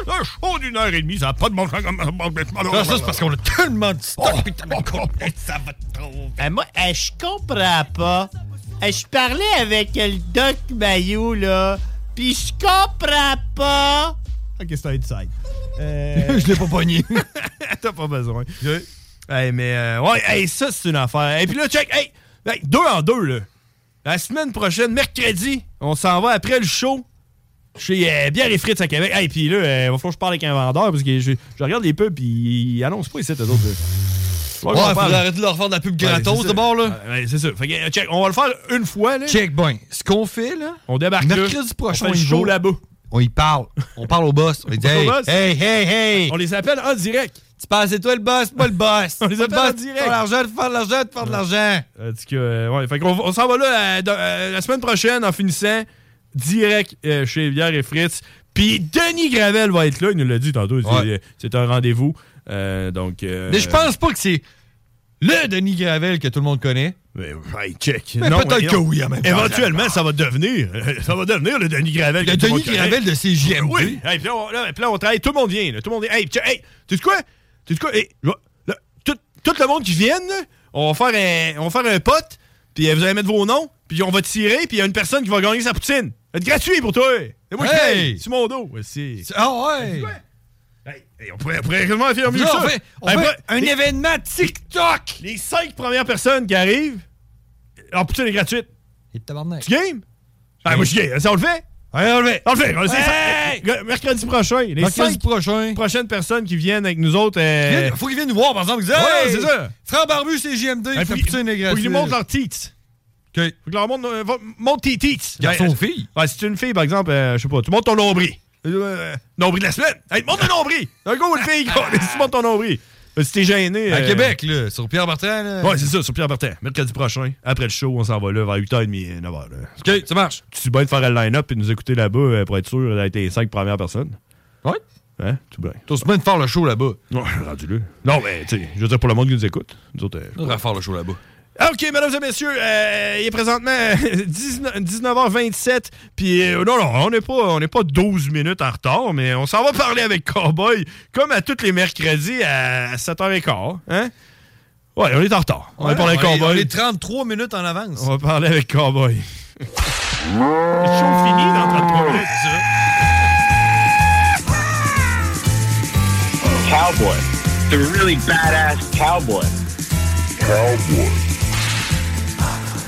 Un show d'une heure et demie, ça n'a pas de bon sens comme... Oh, Ah, ça, c'est parce qu'on a tellement de stock, Ça va trop... Ben, moi, euh, je comprends pas. Euh, Je parlais avec euh, le Doc Mayou, là, pis je comprends pas. Ok, c'est un inside. Euh, je l'ai pas pogné. T'as pas besoin. Hey, mais euh, ouais, hey, ça, c'est une affaire. Et puis là, check, hey, hey, deux en deux, là. La semaine prochaine, mercredi, on s'en va après le show chez euh, Bière et Frites à Québec. Hey, puis là, euh, va falloir que je parle avec un vendeur parce que je, je regarde les pubs, puis ils annoncent pas ici, eux autres. là. Ouais, qu'on faudrait parle. arrêter de leur faire de la pub Ouais, gratos c'est ça. d'abord, là. Ouais, ouais, c'est ça. Fait que, euh, check, on va le faire une fois, là. Check, bon. Ce qu'on fait, là. On débarque là. Mercredi prochain, On fait le il show va. là-bas. On y parle. On parle au boss. On lui dit, On hey, parle au boss. hey, hey, hey. On les appelle en direct. Tu penses, c'est toi le boss, pas *laughs* le boss. on les appelle en direct. Faire de l'argent, de faire de l'argent, de faire de l'argent. En tout cas, euh, ouais, fait qu'on on s'en va là euh, dans- euh, la semaine prochaine en finissant direct euh, chez Bière et Fritz. Puis Denis Gravel va être là, il nous l'a dit tantôt. il dit, euh, C'est un rendez-vous. Euh, donc, euh, Mais je pense pas que c'est le Denis Gravel que tout le monde connaît. *laughs* Mais, hey, check. Mais Non, peut-être non. que oui, en même temps. Éventuellement, ça va devenir. euh, Ça va devenir le Denis Gravel. que Le tout Denis monde connaît. Gravel de CJMD. Oui. Hey, puis, là, on, là, puis là, on travaille. Tout le monde vient. là. Tout le monde vient. Hey, tu hey, sais quoi? Tu sais quoi? Hey, je vais- là, tout, tout le monde qui vient, là, on va faire un, on va faire un pote. Puis euh, vous allez mettre vos noms. Puis on va tirer. Puis il y a une personne qui va gagner sa poutine. Ça va être gratuit pour toi. Et moi, je Hey! paye. C'est mon dos. Voici. Ah ouais! Hey, on pourrait, on pourrait réellement faire mieux Là, que ça. on fait- on Hey, fait bah, un les- événement TikTok! Les cinq premières personnes qui arrivent, ah, en poutine est gratuite. Et tabarnak. Tu game? Ah, moi, je suis game. Ça, on le fait? on le fait. On le fait. On le fait. Hey! Ça- euh, Mercredi prochain. Les Mercredi cinq prochaines personnes qui viennent avec nous autres. Il euh, faut qu'ils viennent nous voir, par exemple. Ils disent, Ouais, hey, c'est ça. Ben, Frère Barbu, c'est JMD, Hey, il fait faut poutine et qu'ils- faut qu'ils nous montrent gratuit. leurs teats. Faut que leur montre, euh, va- montre tes teats. Garçon Ouais, ou fille? Ouais, si tu es une fille, par exemple, euh, je sais pas, tu montes ton nombril. Euh, nombril de la semaine. Hey, montre le nombril. Un *laughs* gars ou une fille, gars, tu montes ton nombril. Euh, Si t'es gêné. À euh, Québec, là, sur Pierre Bertrand. là. Ouais, c'est ça, sur Pierre Bertin. Mercredi prochain, après le show, on s'en va là vers 8h30, 9h. Ok, ça marche. Tu suis bien de faire le line-up et de nous écouter là-bas euh, pour être sûr d'être les 5 premières personnes. Ouais. Hein, tout bien. T'as semaine de faire le show là-bas. Non, rendu-le. Non, mais tu sais, je veux dire pour le monde qui nous écoute. Nous autres, euh, On va faire le show là-bas. ah, OK, mesdames et messieurs, euh, il est présentement *laughs* 19, 19h27. Puis, euh, non, non, on n'est pas, on n'est pas 12 minutes en retard, mais on s'en va parler avec Cowboy, comme à tous les mercredis à 7h15. Hein? Ouais, on est en retard. On va Ouais, parler avec on est- Cowboy. On est 33 minutes en avance. On va parler avec Cowboy. Le show fini dans Ah. 33 minutes, Cowboy. The really badass cowboy. Cowboy.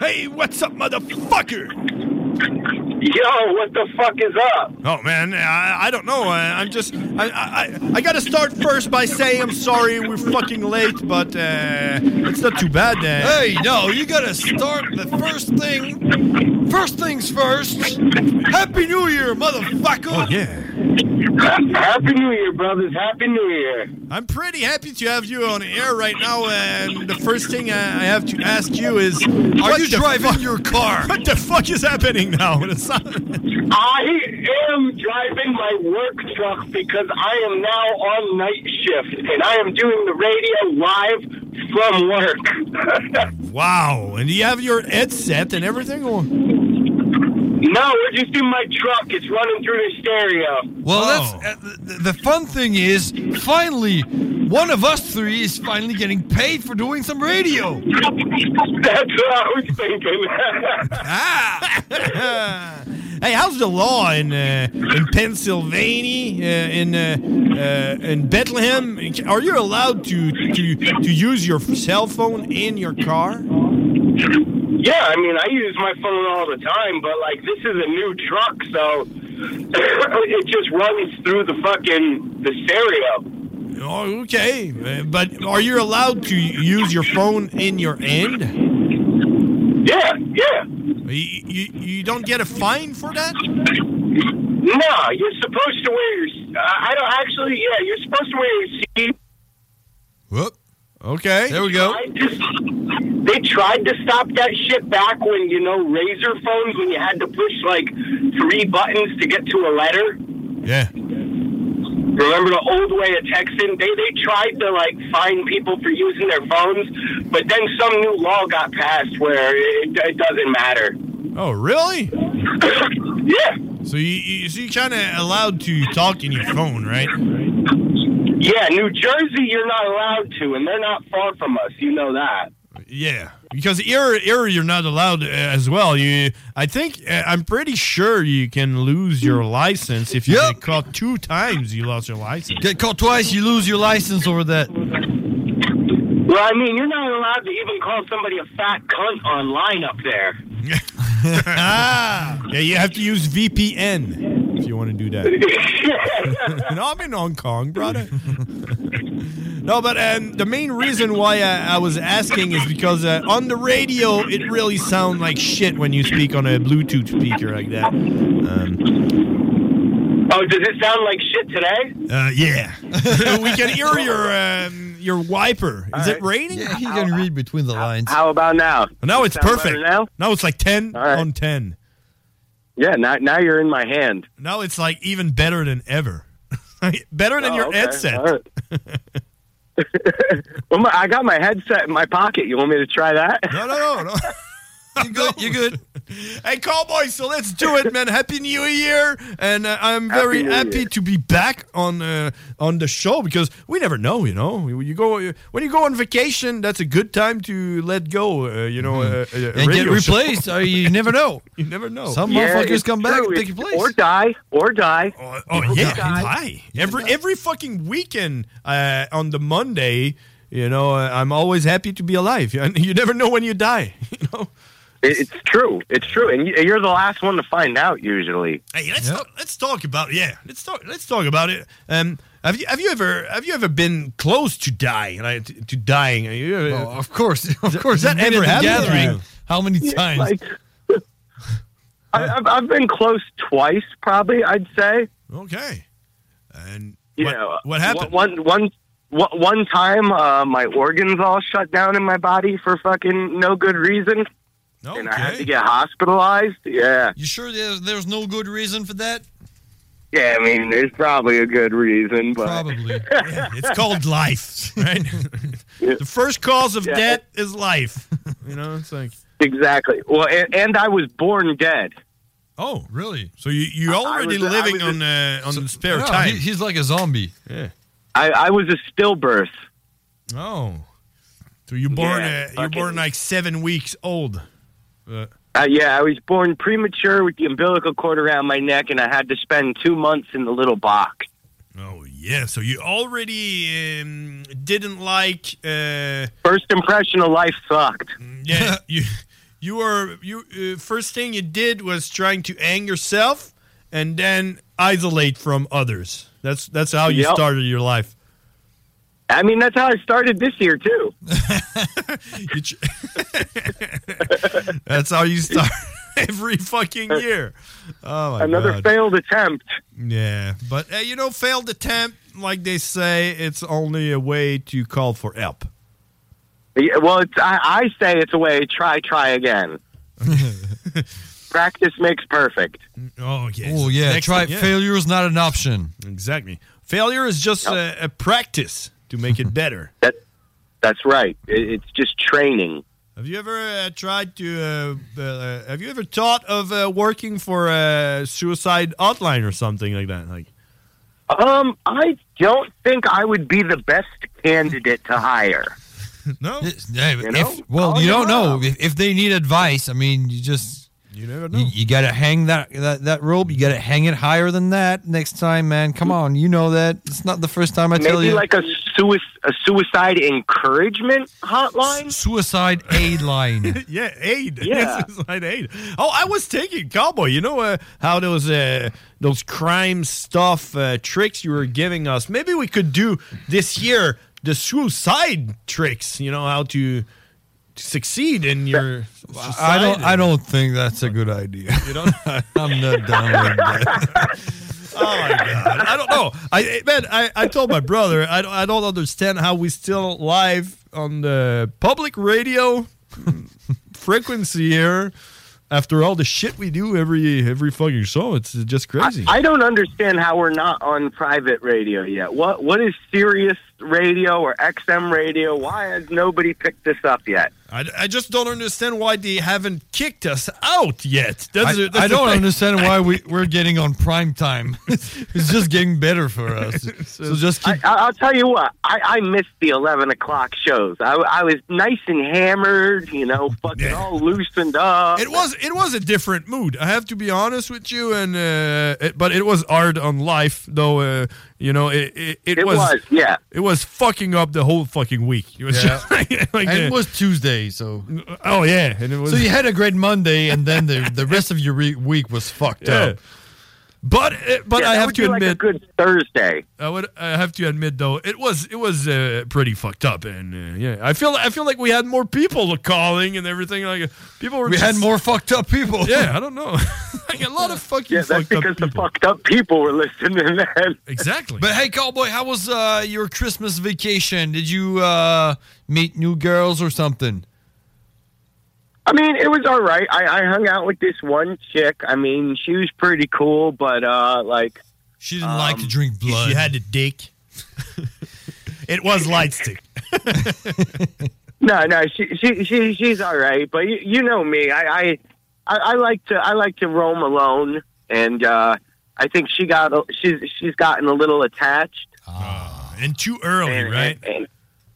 Hey, what's up, motherfucker? Yo, what the fuck is up? Oh man, I, I don't know. I, I'm just I, I I gotta start first by saying I'm sorry we're fucking late, but uh, it's not too bad. Uh, Hey, no, you gotta start the first thing. First things first. Happy New Year, Oh motherfucker! yeah. *laughs* Happy New Year, brothers. Happy New Year. I'm pretty happy to have you on air right now. And the first thing I, I have to ask you is, are you driving your car? What the fuck is happening now? *laughs* It's not- I am driving my work truck because I am now on night shift and I am doing the radio live from work. Wow. And do you have your headset and everything? Or? no, we're just in my truck. It's running through the stereo. Well, that's uh, the, the fun thing is finally one of us three is finally getting paid for doing some *laughs* radio. That's what I was *laughs* thinking. Ah. *laughs* Hey, how's the law in uh, in Pennsylvania, uh, in uh, uh, in Bethlehem? Are you allowed to, to to use your cell phone in your car? Yeah, I mean, I use my phone all the time, but like this is a new truck, so *coughs* it just runs through the fucking the stereo. Oh, okay, Uh, but are you allowed to use your phone in your end? Yeah, yeah. You, you, you don't get a fine for that? No, you're supposed to wear your. I I don't actually. Yeah, you're supposed to wear your seat. Whoop. Okay. There we go. They tried to stop that shit back when you know razor phones when you had to push like three buttons to get to a letter. Yeah. Remember the old way of texting? They they tried to like fine people for using their phones, but then some new law got passed where it, it doesn't matter. Oh, really? *coughs* yeah. So you, you so you kind of allowed to talk in your phone, right? Yeah, New Jersey, you're not allowed to, and they're not far from us. You know that. Yeah, because error, error, you're not allowed uh, as well. You, I think, uh, I'm pretty sure you can lose your license if you get caught two times. You lost your license. Get caught twice, you lose your license over that. Well, I mean, you're not allowed to even call somebody a fat cunt online up there. ah, *laughs* yeah, you have to use VPN if you want to do that. *laughs* no, I'm in Hong Kong, brother. *laughs* no, but um, the main reason why I, I was asking is because uh, on the radio it really sounds like shit when you speak on a Bluetooth speaker like that. Um, oh, does it sound like shit today? Uh, yeah, *laughs* we can hear your um, your wiper. Is it raining? Yeah, you can read between the lines. How about now? Now it's Sound better perfect. Now? now it's like ten on ten. Yeah, now now you're in my hand. Now it's like even better than ever. *laughs* better than Oh, your okay. headset. *laughs* All right. *laughs* Well, my, I got my headset in my pocket. You want me to try that? No, no, no, Oh, no. You good? You good? *laughs* hey, cowboy! So let's do it, man. Happy New Year! And uh, I'm Happy very New happy Year. to be back on uh, on the show because we never know, you know. You you go when you go on vacation, that's a good time to let go, uh, you know, uh, uh, Hmm. And get radio show. replaced. uh, you never know. *laughs* you never know. Some motherfuckers come back and take your place. Or die. Or die. Oh, oh yeah, die. Every every fucking weekend uh, on the Monday, you know, uh, I'm always happy to be alive. *laughs* And you never know when you die. *laughs* It, it's true. It's true, and you- you're the last one to find out usually. Hey, let's talk, let's talk about yeah. Let's talk let's talk about it. Um, have you have you ever have you ever been close to die like, to, to dying? Oh, of course, *laughs* of course. that You've been ever at the happened? gathering. How many Yeah, times? like- I, I've, I've been close twice, probably. I'd say. Okay. And you what- know what happened? One one one one time, uh, my organs all shut down in my body for fucking no good reason, and I had to get hospitalized. Yeah, You sure there's, there's no good reason for that? yeah. I mean, there's probably a good reason, but Probably. Yeah, it's called life, right? the first cause of Yeah. death is life. You know, it's like exactly. Well, and, and I was born dead. oh, really? So you you I- I already was- I living was on uh, on spare Yeah, time? he- he's like a zombie. Yeah. I, I was a stillbirth. Oh, so you born Yeah, uh, you're born fucking- like seven weeks old. Uh, Uh, yeah, I was born premature with the umbilical cord around my neck, and I had to spend two months in the little box. Yeah, so you already um, didn't like. Uh, First impression of life sucked. *laughs* yeah, you you were you uh, first thing you did was trying to hang yourself and then isolate from others. That's that's how you Yep. started your life. I mean, that's how I started this year too. You ch- that's how you start *laughs* every fucking year. Oh my Uh, Another God. failed attempt. Yeah, but uh, you know, failed attempt, like they say, it's only a way to call for help. Yeah, well, it's, I, I say it's a way. Try, try again. Practice makes perfect. Oh yeah. Oh yeah, Next try thing, yeah. failure is not an option. *laughs* Exactly. Failure is just a, a practice to make it better. That's right. It, it's just training. Have you ever uh, tried to? Uh, uh, uh, have you ever thought of uh, working for a suicide hotline or something like that? Like, Um, I don't think I would be the best candidate to hire. No. You know? If, well, Call you don't them know. If, if they need advice, I mean, you just. You never know. You, got to hang that, that, that rope. You got to hang it higher than that next time, man. Come on. You know that. It's not the first time I tell Maybe you. like a, sui- a suicide encouragement hotline? suicide aid line. *laughs* yeah, aid. Yeah. *laughs* Suicide aid. Oh, I was thinking cowboy. You know uh, how those uh, those crime stuff uh, tricks you were giving us. Maybe we could do this year the suicide tricks. You know how to succeed in your. I don't. I don't think that's a good idea. You don't. *laughs* I'm not *laughs* down with that. I don't know. I I- man, I, I told my brother I don't, I don't understand how we still live on the public radio *laughs* frequency here after all the shit we do every every fucking show. It's just crazy. I don't understand how we're not on private radio yet. What what is Sirius radio or XM radio? Why has nobody picked this up yet? I, I just don't understand why they haven't kicked us out yet. That's I, a- that's I a don't thing. understand why we, we're getting on prime *laughs* time. *laughs* it's just getting better for us. So just keep. I, I'll tell you what. I, I missed the eleven o'clock shows. I, I was nice and hammered, *laughs* you know, fucking all loosened up. It was it was a different mood. I have to be honest with you, and uh, it, but it was hard on life, though. Uh, you know, it it, It was, yeah. It was fucking up the whole fucking week. It was Yeah. just *laughs* like, like and uh, it was Tuesday, so oh yeah, and it was so you had a great Monday, and then the the rest of your re- week was fucked Yeah. up. But it, but Yeah, I that have would to be like admit, a good Thursday. I would I have to admit though, it was it was uh, pretty fucked up, and uh, yeah, I feel I feel like we had more people calling and everything. Like people were We had just- more fucked up people. Yeah, I don't know. *laughs* like a lot of fucking yeah, that's because the fucked up people were listening then. Exactly. But hey, cowboy, how was uh, your Christmas vacation? Did you uh, meet new girls or something? I mean, it was all right. I, I hung out with this one chick. I mean, she was pretty cool, but uh, like she didn't like to drink blood. Um, She had a dick. *laughs* it was light stick. No, no, she, she, she, she's all right. But you, you know me, I, I, I, I like to, I like to roam alone, and uh, I think she got, a- she's, she's gotten a little attached. and too early, right?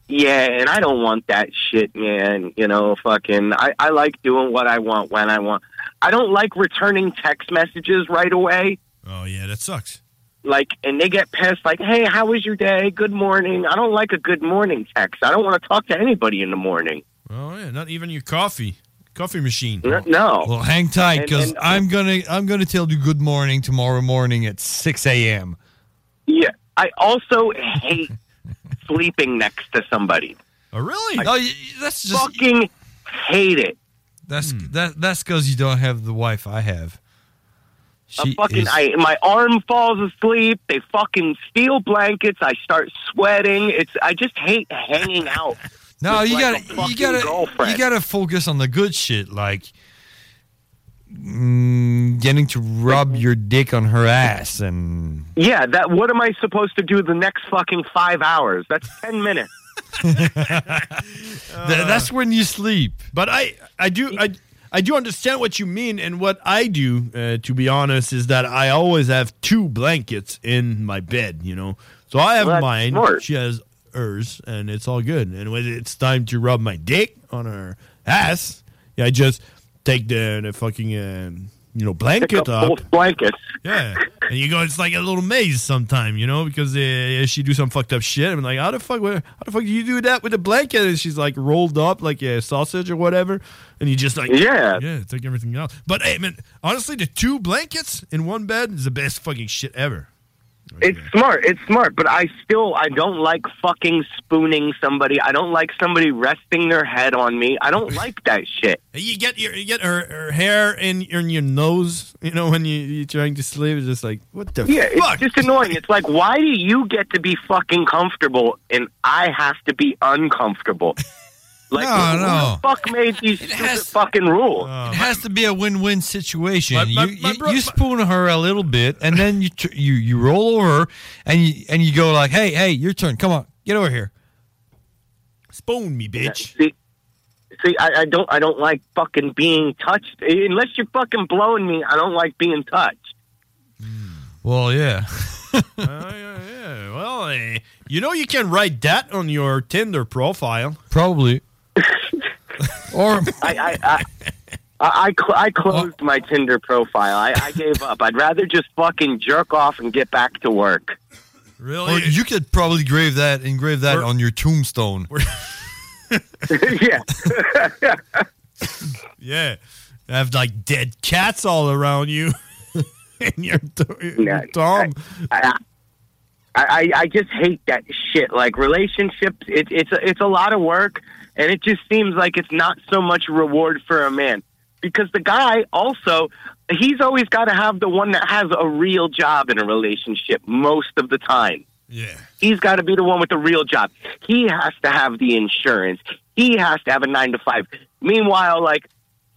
Yeah, and I don't want that shit, man. You know, fucking, I, I like doing what I want when I want. I don't like returning text messages right away. oh yeah, that sucks. Like, and they get pissed. Like, hey, how was your day? Good morning. I don't like a good morning text. I don't want to talk to anybody in the morning. Oh yeah, not even your coffee coffee machine. No. uh, Well, hang tight And- because and- I'm gonna I'm gonna tell you good morning tomorrow morning at six a.m. Yeah, I also hate *laughs* sleeping next to somebody. Oh, really? oh, y- that's just fucking hate it. That's that that's because you don't have the wife I have. I fucking, is- I my arm falls asleep. They fucking steal blankets. I start sweating. It's I just hate hanging out. *laughs* No, with, you like, gotta, a you fucking gotta, girlfriend. you gotta focus on the good shit, like mm, getting to rub your dick on her ass, and Yeah, that. What am I supposed to do the next fucking five hours? That's ten minutes. Th- that's when you sleep. Uh. But I, I do, I, I do understand what you mean, and what I do, uh, to be honest, is that I always have two blankets in my bed. You know, so I have Well, that's mine. smart. She has hers, and it's all good. And when it's time to rub my dick on her ass, I just take the the fucking. um you know, blanket Pick up up. both blankets. Yeah, and you go. It's like a little maze sometime, you know, because uh, she do some fucked up shit. I'm like, how the fuck, where, how the fuck do you do that with a blanket? And she's like rolled up like a sausage or whatever, and you just like, Yeah. yeah, take everything out. But hey, man, honestly, the two blankets in one bed is the best fucking shit ever. It's smart. It's smart, but I still I don't like fucking spooning somebody. I don't like somebody resting their head on me. I don't like that shit. And You get your, you get her, her hair in, in your nose, you know, when you, you're trying to sleep. It's just like, what the Yeah, fuck? *laughs* it's just annoying. It's like, why do you get to be fucking comfortable and I have to be uncomfortable? Like, No, who- no. who Uh, the fuck made these stupid fucking rules? it has to be a win-win situation. My- my- you, my you, bro- you spoon her a little bit, and then you tr- you you roll over, and you and you go like, hey, hey, your turn, come on, get over here. *laughs* Spoon me, bitch. See, see, I, I don't, I don't like fucking being touched. Uh, Unless you're fucking blowing me, I don't like being touched. Well, yeah. Uh, yeah, yeah. Well, eh, you know you can write that on your Tinder profile. *laughs* Probably. or I, I, I, I, I, cl- I closed my Tinder profile. I, I gave up. I'd rather just fucking jerk off and get back to work. Really? Or you could probably grave that, engrave that on your tombstone. *laughs* *laughs* yeah. Yeah. Have like dead cats all around you. *laughs* and your, Yeah, Tom. I, I, I, I just hate that shit. Like relationships, it, it's a, it's a lot of work, and it just seems like it's not so much reward for a man because the guy also he's always got to have the one that has a real job in a relationship most of the time. Yeah. He's got to be the one with the real job. He has to have the insurance. He has to have a nine to five. Meanwhile, like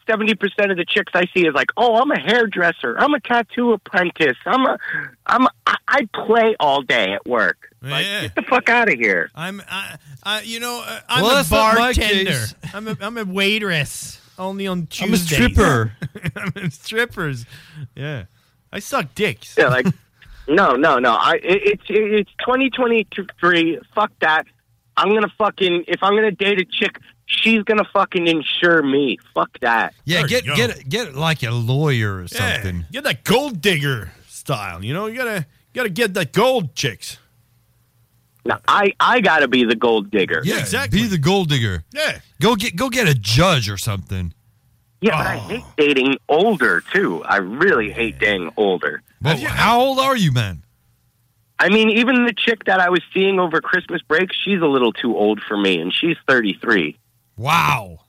seventy percent of the chicks I see is like, "Oh, I'm a hairdresser. I'm a tattoo apprentice. I'm a, I'm. A, I, I play all day at work. Like, get the fuck out of here." I'm, I, I, you know, uh, I'm Well, a that's not my bartender. case. I'm a, I'm a waitress. Only on Tuesdays. I'm a stripper. *laughs* I'm a strippers. Yeah. I suck dicks. *laughs* Yeah, like no, no, no. I it, it's it's twenty twenty three. Fuck that. I'm gonna fucking if I'm gonna date a chick, she's gonna fucking insure me. Fuck that. Yeah, get get get like a lawyer or something. Get that gold digger style. You know, you gotta you gotta get that gold chicks. No, I I gotta be the gold digger. Yeah, Be the gold digger. Yeah. Go get go get a judge or something. Yeah, but I Oh. hate dating older too. I really hate dating older. Well, how old are you, man? I mean, even the chick that I was seeing over Christmas break, she's a little too old for me, and she's thirty three. Wow.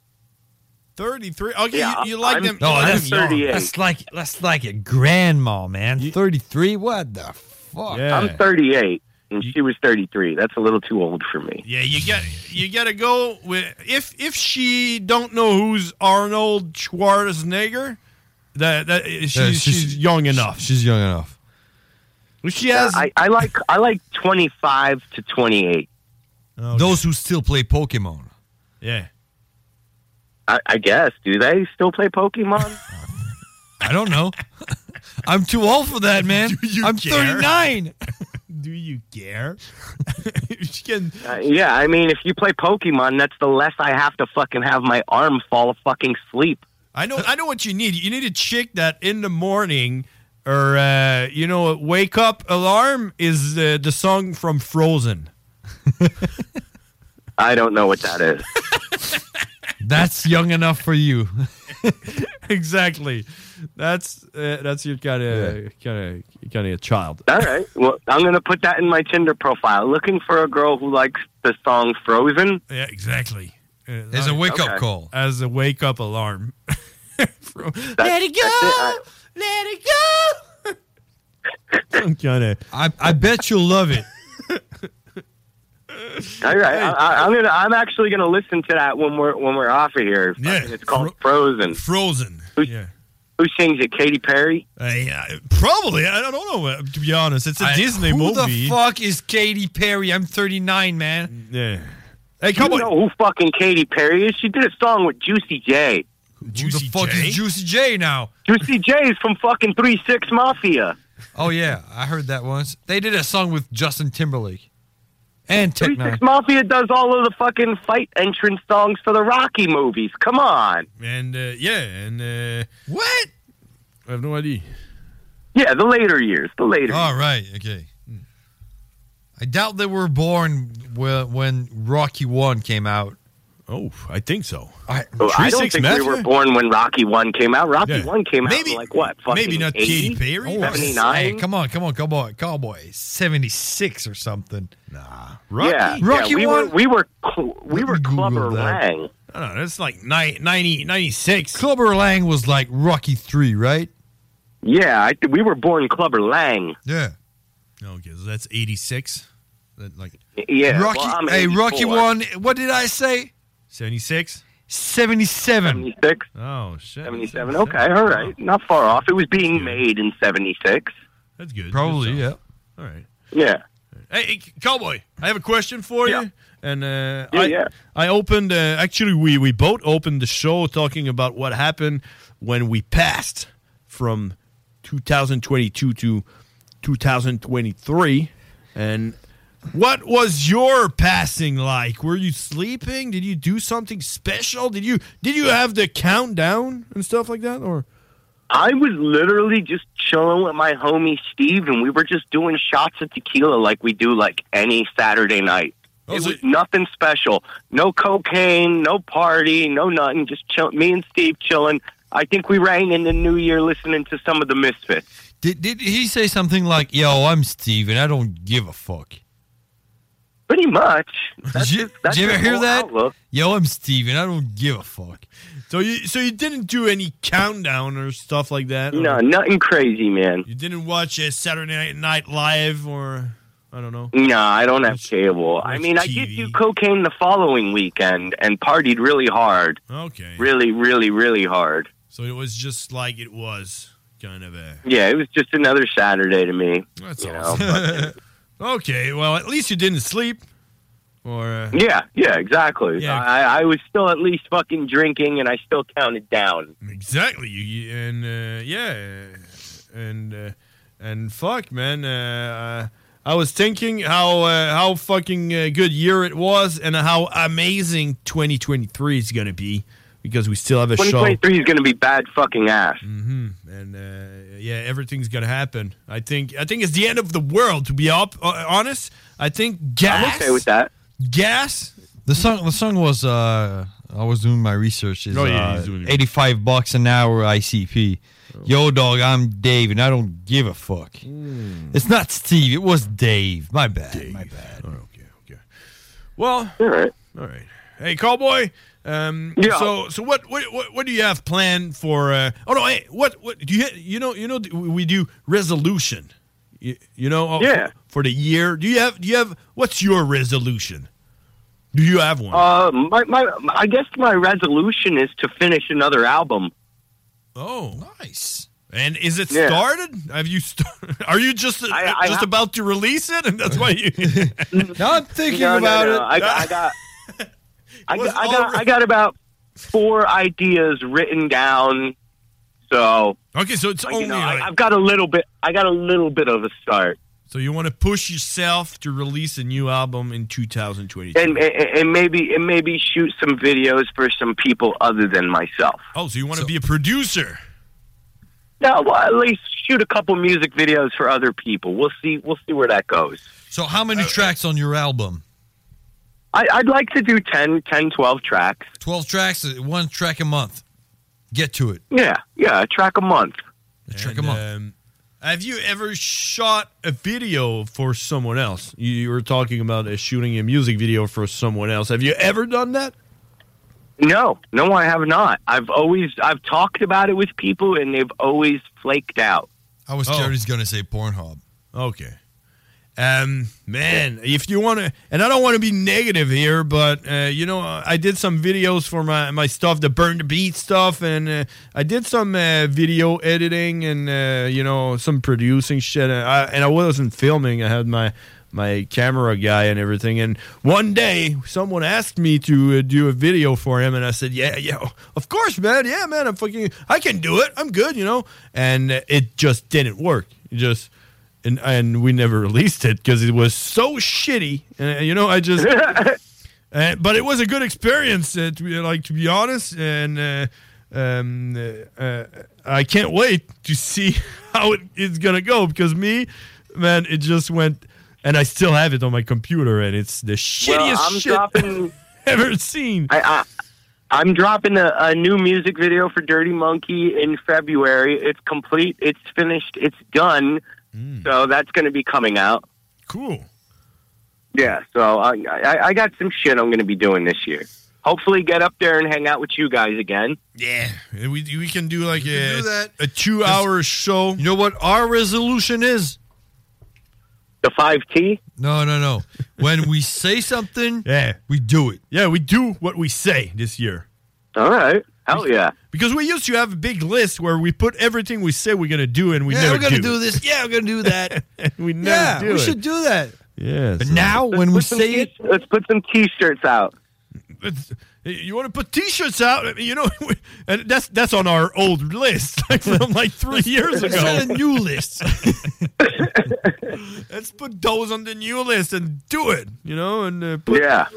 Thirty three. Okay, Yeah, you, you like I'm- them? No, you like that's- them young. 38. 38. That's like that's like a grandma, man. Thirty three. What the fuck? I'm thirty eight, and she was thirty three. That's a little too old for me. Yeah, you got you gotta go with if if she don't know who's Arnold Schwarzenegger, that that she's Yeah, she's, young enough. She's young enough. She has. I, I like I like twenty five to twenty eight. Those who still play Pokemon. Yeah. I, I guess. Do they still play Pokemon? *laughs* I don't know. I'm too old for that, man. I'm care? 39. Do you care? *laughs* she can. Uh, yeah, I mean, if you play Pokemon, that's the less I have to fucking have my arm fall fucking sleep. I know. I know what you need. You need a chick that in the morning or uh, you know wake up alarm is uh, the song from Frozen. I don't know what *laughs* that is. That's young enough for you. exactly. That's uh, that's your kind of kind of kind of child. All right, well, I'm gonna put that in my Tinder profile. Looking for a girl who likes the song Frozen. Yeah, exactly. As Uh, a wake-up Okay. call. As a wake up *laughs* alarm. Let it go. Let it go. *laughs* I'm gonna. I, I bet you'll love it. All right, I, I, I'm gonna. I'm actually gonna listen to that when we're when we're off of here. Yeah, it's called Frozen. Frozen. Who, yeah. Uh, Who sings it? Katy Perry. Probably. I don't know. uh, To be honest, it's a I- Disney who movie. the fuck is Katy Perry? I'm 39, man. Yeah. Hey, come you know who fucking Katy Perry is? She did a song with Juicy J. Juicy who the fuck is Juicy J now? Juicy J is from fucking Three Six Mafia. Oh yeah, I heard that once. They did a song with Justin Timberlake and Tech Three Nine. Six Mafia does all of the fucking fight entrance songs for the Rocky movies. Come on. And uh, yeah, and uh, what? I have no idea. Yeah, the later years. The later. All right, okay. I doubt they were born whe- when Rocky One came out. Oh, I think so. I, Oh, I don't think we were born when Rocky One came out. Rocky Yeah. One came Maybe- out in, like what? Fucking Maybe not 80? Katy Perry. Seventy Hey, nine. come on, come on, cowboy, cowboy, seventy six or something. Nah, Yeah, Rocky yeah, we One. Were, we were cl- we were Clubber that. Lang. I don't know. That's like ni- 90, 96. Clubber Lang was like Rocky Three, right? Yeah, I, we were born Clubber Lang. Yeah. Okay, so that's eighty six. That like Yeah, Rocky. well, I'm hey, Rocky 84. One. What did I say? seventy six. Seventy seven. Seventy six. Oh shit. Seventy seven. Okay, all right, not far off. It was being made in seventy six. That's good. Probably, yeah. All right. Yeah. Hey, hey, cowboy, I have a question for you. And uh, Yeah, I, yeah. I opened. Uh, actually, we we both opened the show talking about what happened when we passed from 2022 to 2023, and what was your passing like? Were you sleeping? Did you do something special? Did you did you have the countdown and stuff like that, or? I was literally just chilling with my homie Steve, and we were just doing shots of tequila like we do like any Saturday night. Oh, it was nothing special. No cocaine, no party, no nothing. Just chill- me and Steve chilling. I think we rang in the new year listening to some of the Misfits. Did, did he say something like, yo, I'm Steve and I don't give a fuck? Pretty much. did you, that's did you ever his hear whole that? outlook. Yo, I'm Steve and I don't give a fuck. So you so you didn't do any countdown or stuff like that? No, or- nothing crazy, man. You didn't watch uh, Saturday Night, Night Live or I don't know. No, I don't have cable. I mean, I did do cocaine the following weekend and partied really hard. Okay. Really, really, really hard. So it was just like it was kind of eh. a Yeah, it was just another Saturday to me. That's you know, awesome. *laughs* okay, well at least you didn't sleep. Or uh, *laughs* but- yeah, yeah, exactly. Yeah. I, I was still at least fucking drinking, and I still counted down. exactly. You, you and uh, yeah, and uh, and fuck, man. Uh, I was thinking how uh, how fucking uh, good year it was, and how amazing 2023 is gonna be because we still have a Twenty show. Mm. twenty three is going to be bad fucking ass. yeah, everything's gonna happen. I think I think it's the end of the world. To be op- uh, honest, I think gas. okay with that. Gas. The song the song was uh I was doing my research is Oh, yeah, uh, he's doing it. Oh. 85 bucks an hour ICP. Yo dog, I'm Dave and I don't give a fuck. Hmm. It's not Steve, it was Dave. My bad. My bad. Well, all right, all right. Hey, cowboy. Um, Yeah. So, so what, what, what, what do you have planned for? Uh, oh no, hey, what, what do you, you know, you know, we do resolution. You, you know, oh, Yeah. For the year, do you have, do you have, what's your resolution? Do you have one? Uh, my, my, I guess my resolution is to finish another album. Oh, nice. And is it Yeah. started? Have you started? *laughs* Are you just I just have- about to release it, and that's why *laughs* you? *laughs* I'm No, no, no. I, I got, I, got, I got, I got about four ideas written down. So okay, so it's like, only You know, like- I, I've got a little bit. I got a little bit of a start, So you want to push yourself to release a new album in 2022? and, and and maybe and maybe shoot some videos for some people other than myself. oh, so you want to be a producer? No, well, at least shoot a couple music videos for other people. We'll see. We'll see where that goes. So how many tracks on your album? Uh, I, I'd like to do 10, 10, 12 tracks. 12 tracks, uh, one track a month. Get to it. Yeah, yeah, a track a month. A track a month. um, Have you ever shot a video for someone else? You, you were talking about uh, shooting a music video for someone else. Have you ever done that? No, no, I have not. I've always I've talked about it with people, and they've always flaked out. I was scared he's going to say Pornhub. Oh. Okay. Um, man, if you want to, and I don't want to be negative here, but uh, you know, I did some videos for my my stuff, the burn the beat stuff, and uh, I did some uh, video editing and uh, you know some producing shit. And I, and I wasn't filming; I had my my camera guy and everything. And one day, someone asked me to uh, do a video for him, and I said, "Yeah, yeah, of course, man. Yeah, man, I'm fucking, I can do it. I'm good, you know." And uh, it just didn't work. It just and and we never released it because it was so shitty. And uh, you know, I just. Uh, but it was a good experience, uh, to be, like to be honest, and uh, um, uh, uh, I can't wait to see *laughs* how it, it's gonna go because me, man, it just went, and I still have it on my computer, and it's the shittiest Well, I'm shit dropping- *laughs* ever seen. I, I I'm dropping a, a new music video for Dirty Monkey in February. It's complete. It's finished. It's done. So that's going to be coming out. Mm. Cool. Yeah. So I, I I got some shit I'm going to be doing this year. Hopefully, get up there and hang out with you guys again. Yeah, we we can do like a, do that. a two hour show. You know what our resolution is? The 5T? No, no, no. when we say something, yeah, we do it. Yeah, we do what we say this year. All right. Hell yeah. Because we used to have a big list where we put everything we say we're gonna do, and we yeah, never we're gonna do *laughs* do this. Yeah, we're gonna do that. we never yeah, do we it. should do that. Yes. But now, when we say it, let's put some T-shirts out. You want to put T-shirts out? I *laughs* mean, You know, and that's that's on our old list like, from like *laughs* three years ago. Set a new *laughs* list. *laughs* Let's put those on the new list and do it. You know, and uh, put, yeah,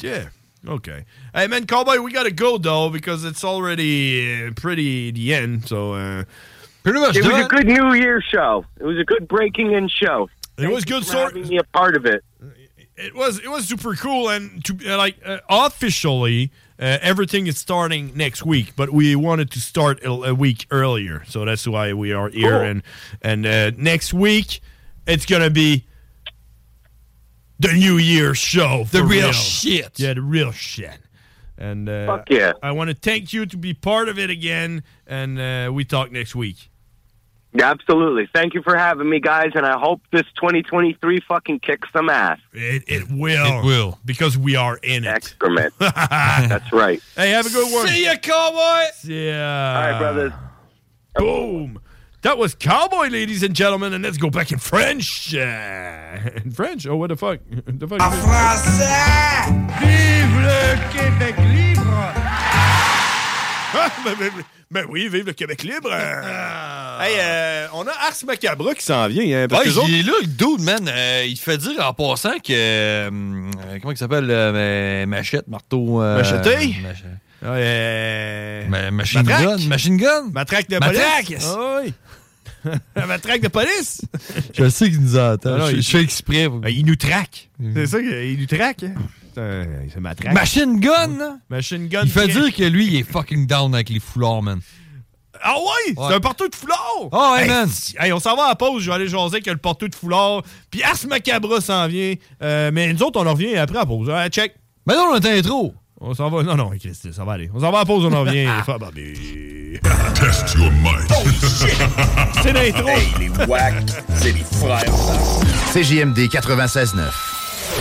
yeah. Okay. Hey, man, Cowboy, we got to go, though, because it's already uh, pretty the end. So, uh, pretty much it was done. a good New Year show. It was a good breaking in show. It was good for sort- having me a part of it. it was it was super cool and to uh, like uh, officially uh, everything is starting next week but we wanted to start a, a week earlier so that's why we are here Cool. and and uh, next week it's gonna be the new year show The for real shit. yeah the real shit and uh, Fuck yeah. I want to thank you to be part of it again and uh, we talk next week Absolutely. Thank you for having me, guys, and I hope this 2023 fucking kicks some ass. it, it will it will because we are in it *laughs* Excrement. That's right. hey have a good one See ya, cowboy. Yeah. All right, brothers. Boom. That was Cowboy, ladies and gentlemen, and let's go back in French. *laughs* Uh, in French? Oh, what the fuck? *laughs* The fuck is it? Français! Vive le Québec *laughs* libre! Ah, ben, ben, ben, ben oui, vive le Québec libre. Euh, hey, euh, on a Ars Macabra qui s'en vient. Hein, parce Ouais, que les autres- il est là, le dude, man. euh, il fait dire en passant que. euh, euh, comment il s'appelle euh, Machette, marteau. euh, Macheté? mach- Ouais, euh, ma- machine Matraque? gun. Machine gun. Matraque de Matraque, police. yes. Ah oui. *laughs* Matraque de police. *laughs* Je sais qu'il nous entend. Ah non, je, il- Ben, je fais exprès. il nous traque. C'est ça qu'il nous traque. Hein? Putain, C'est Matraque. Machine gun. là. Machine gun. Il fait traque. dire que lui, il est fucking down avec les foulards, man. Ah ouais? Ouais. C'est un porteur de foulard! Ah ouais, Hey, man. si- hey, on s'en va à la pause, je vais aller jaser que le porteur de foulard. Puis Ars Macabra s'en vient. Euh, mais nous autres, on en revient après la pause. Ouais, check. Mais non, on a un intro. On s'en va. Non, non, Christy, ça va aller. On s'en va à la pause, on en *laughs* revient. Fa- bah, bah. *laughs* Test your mind. Oh shit! C'est l'intro. Hey, les wack, c'est les frères. CJMD 96.9.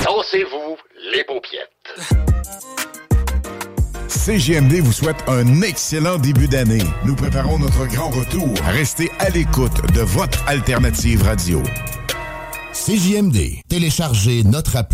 Dansez-vous les paupiètes. CGMD vous souhaite un excellent début d'année. Nous préparons notre grand retour. Restez à l'écoute de votre alternative radio. CJMD. Téléchargez notre appli.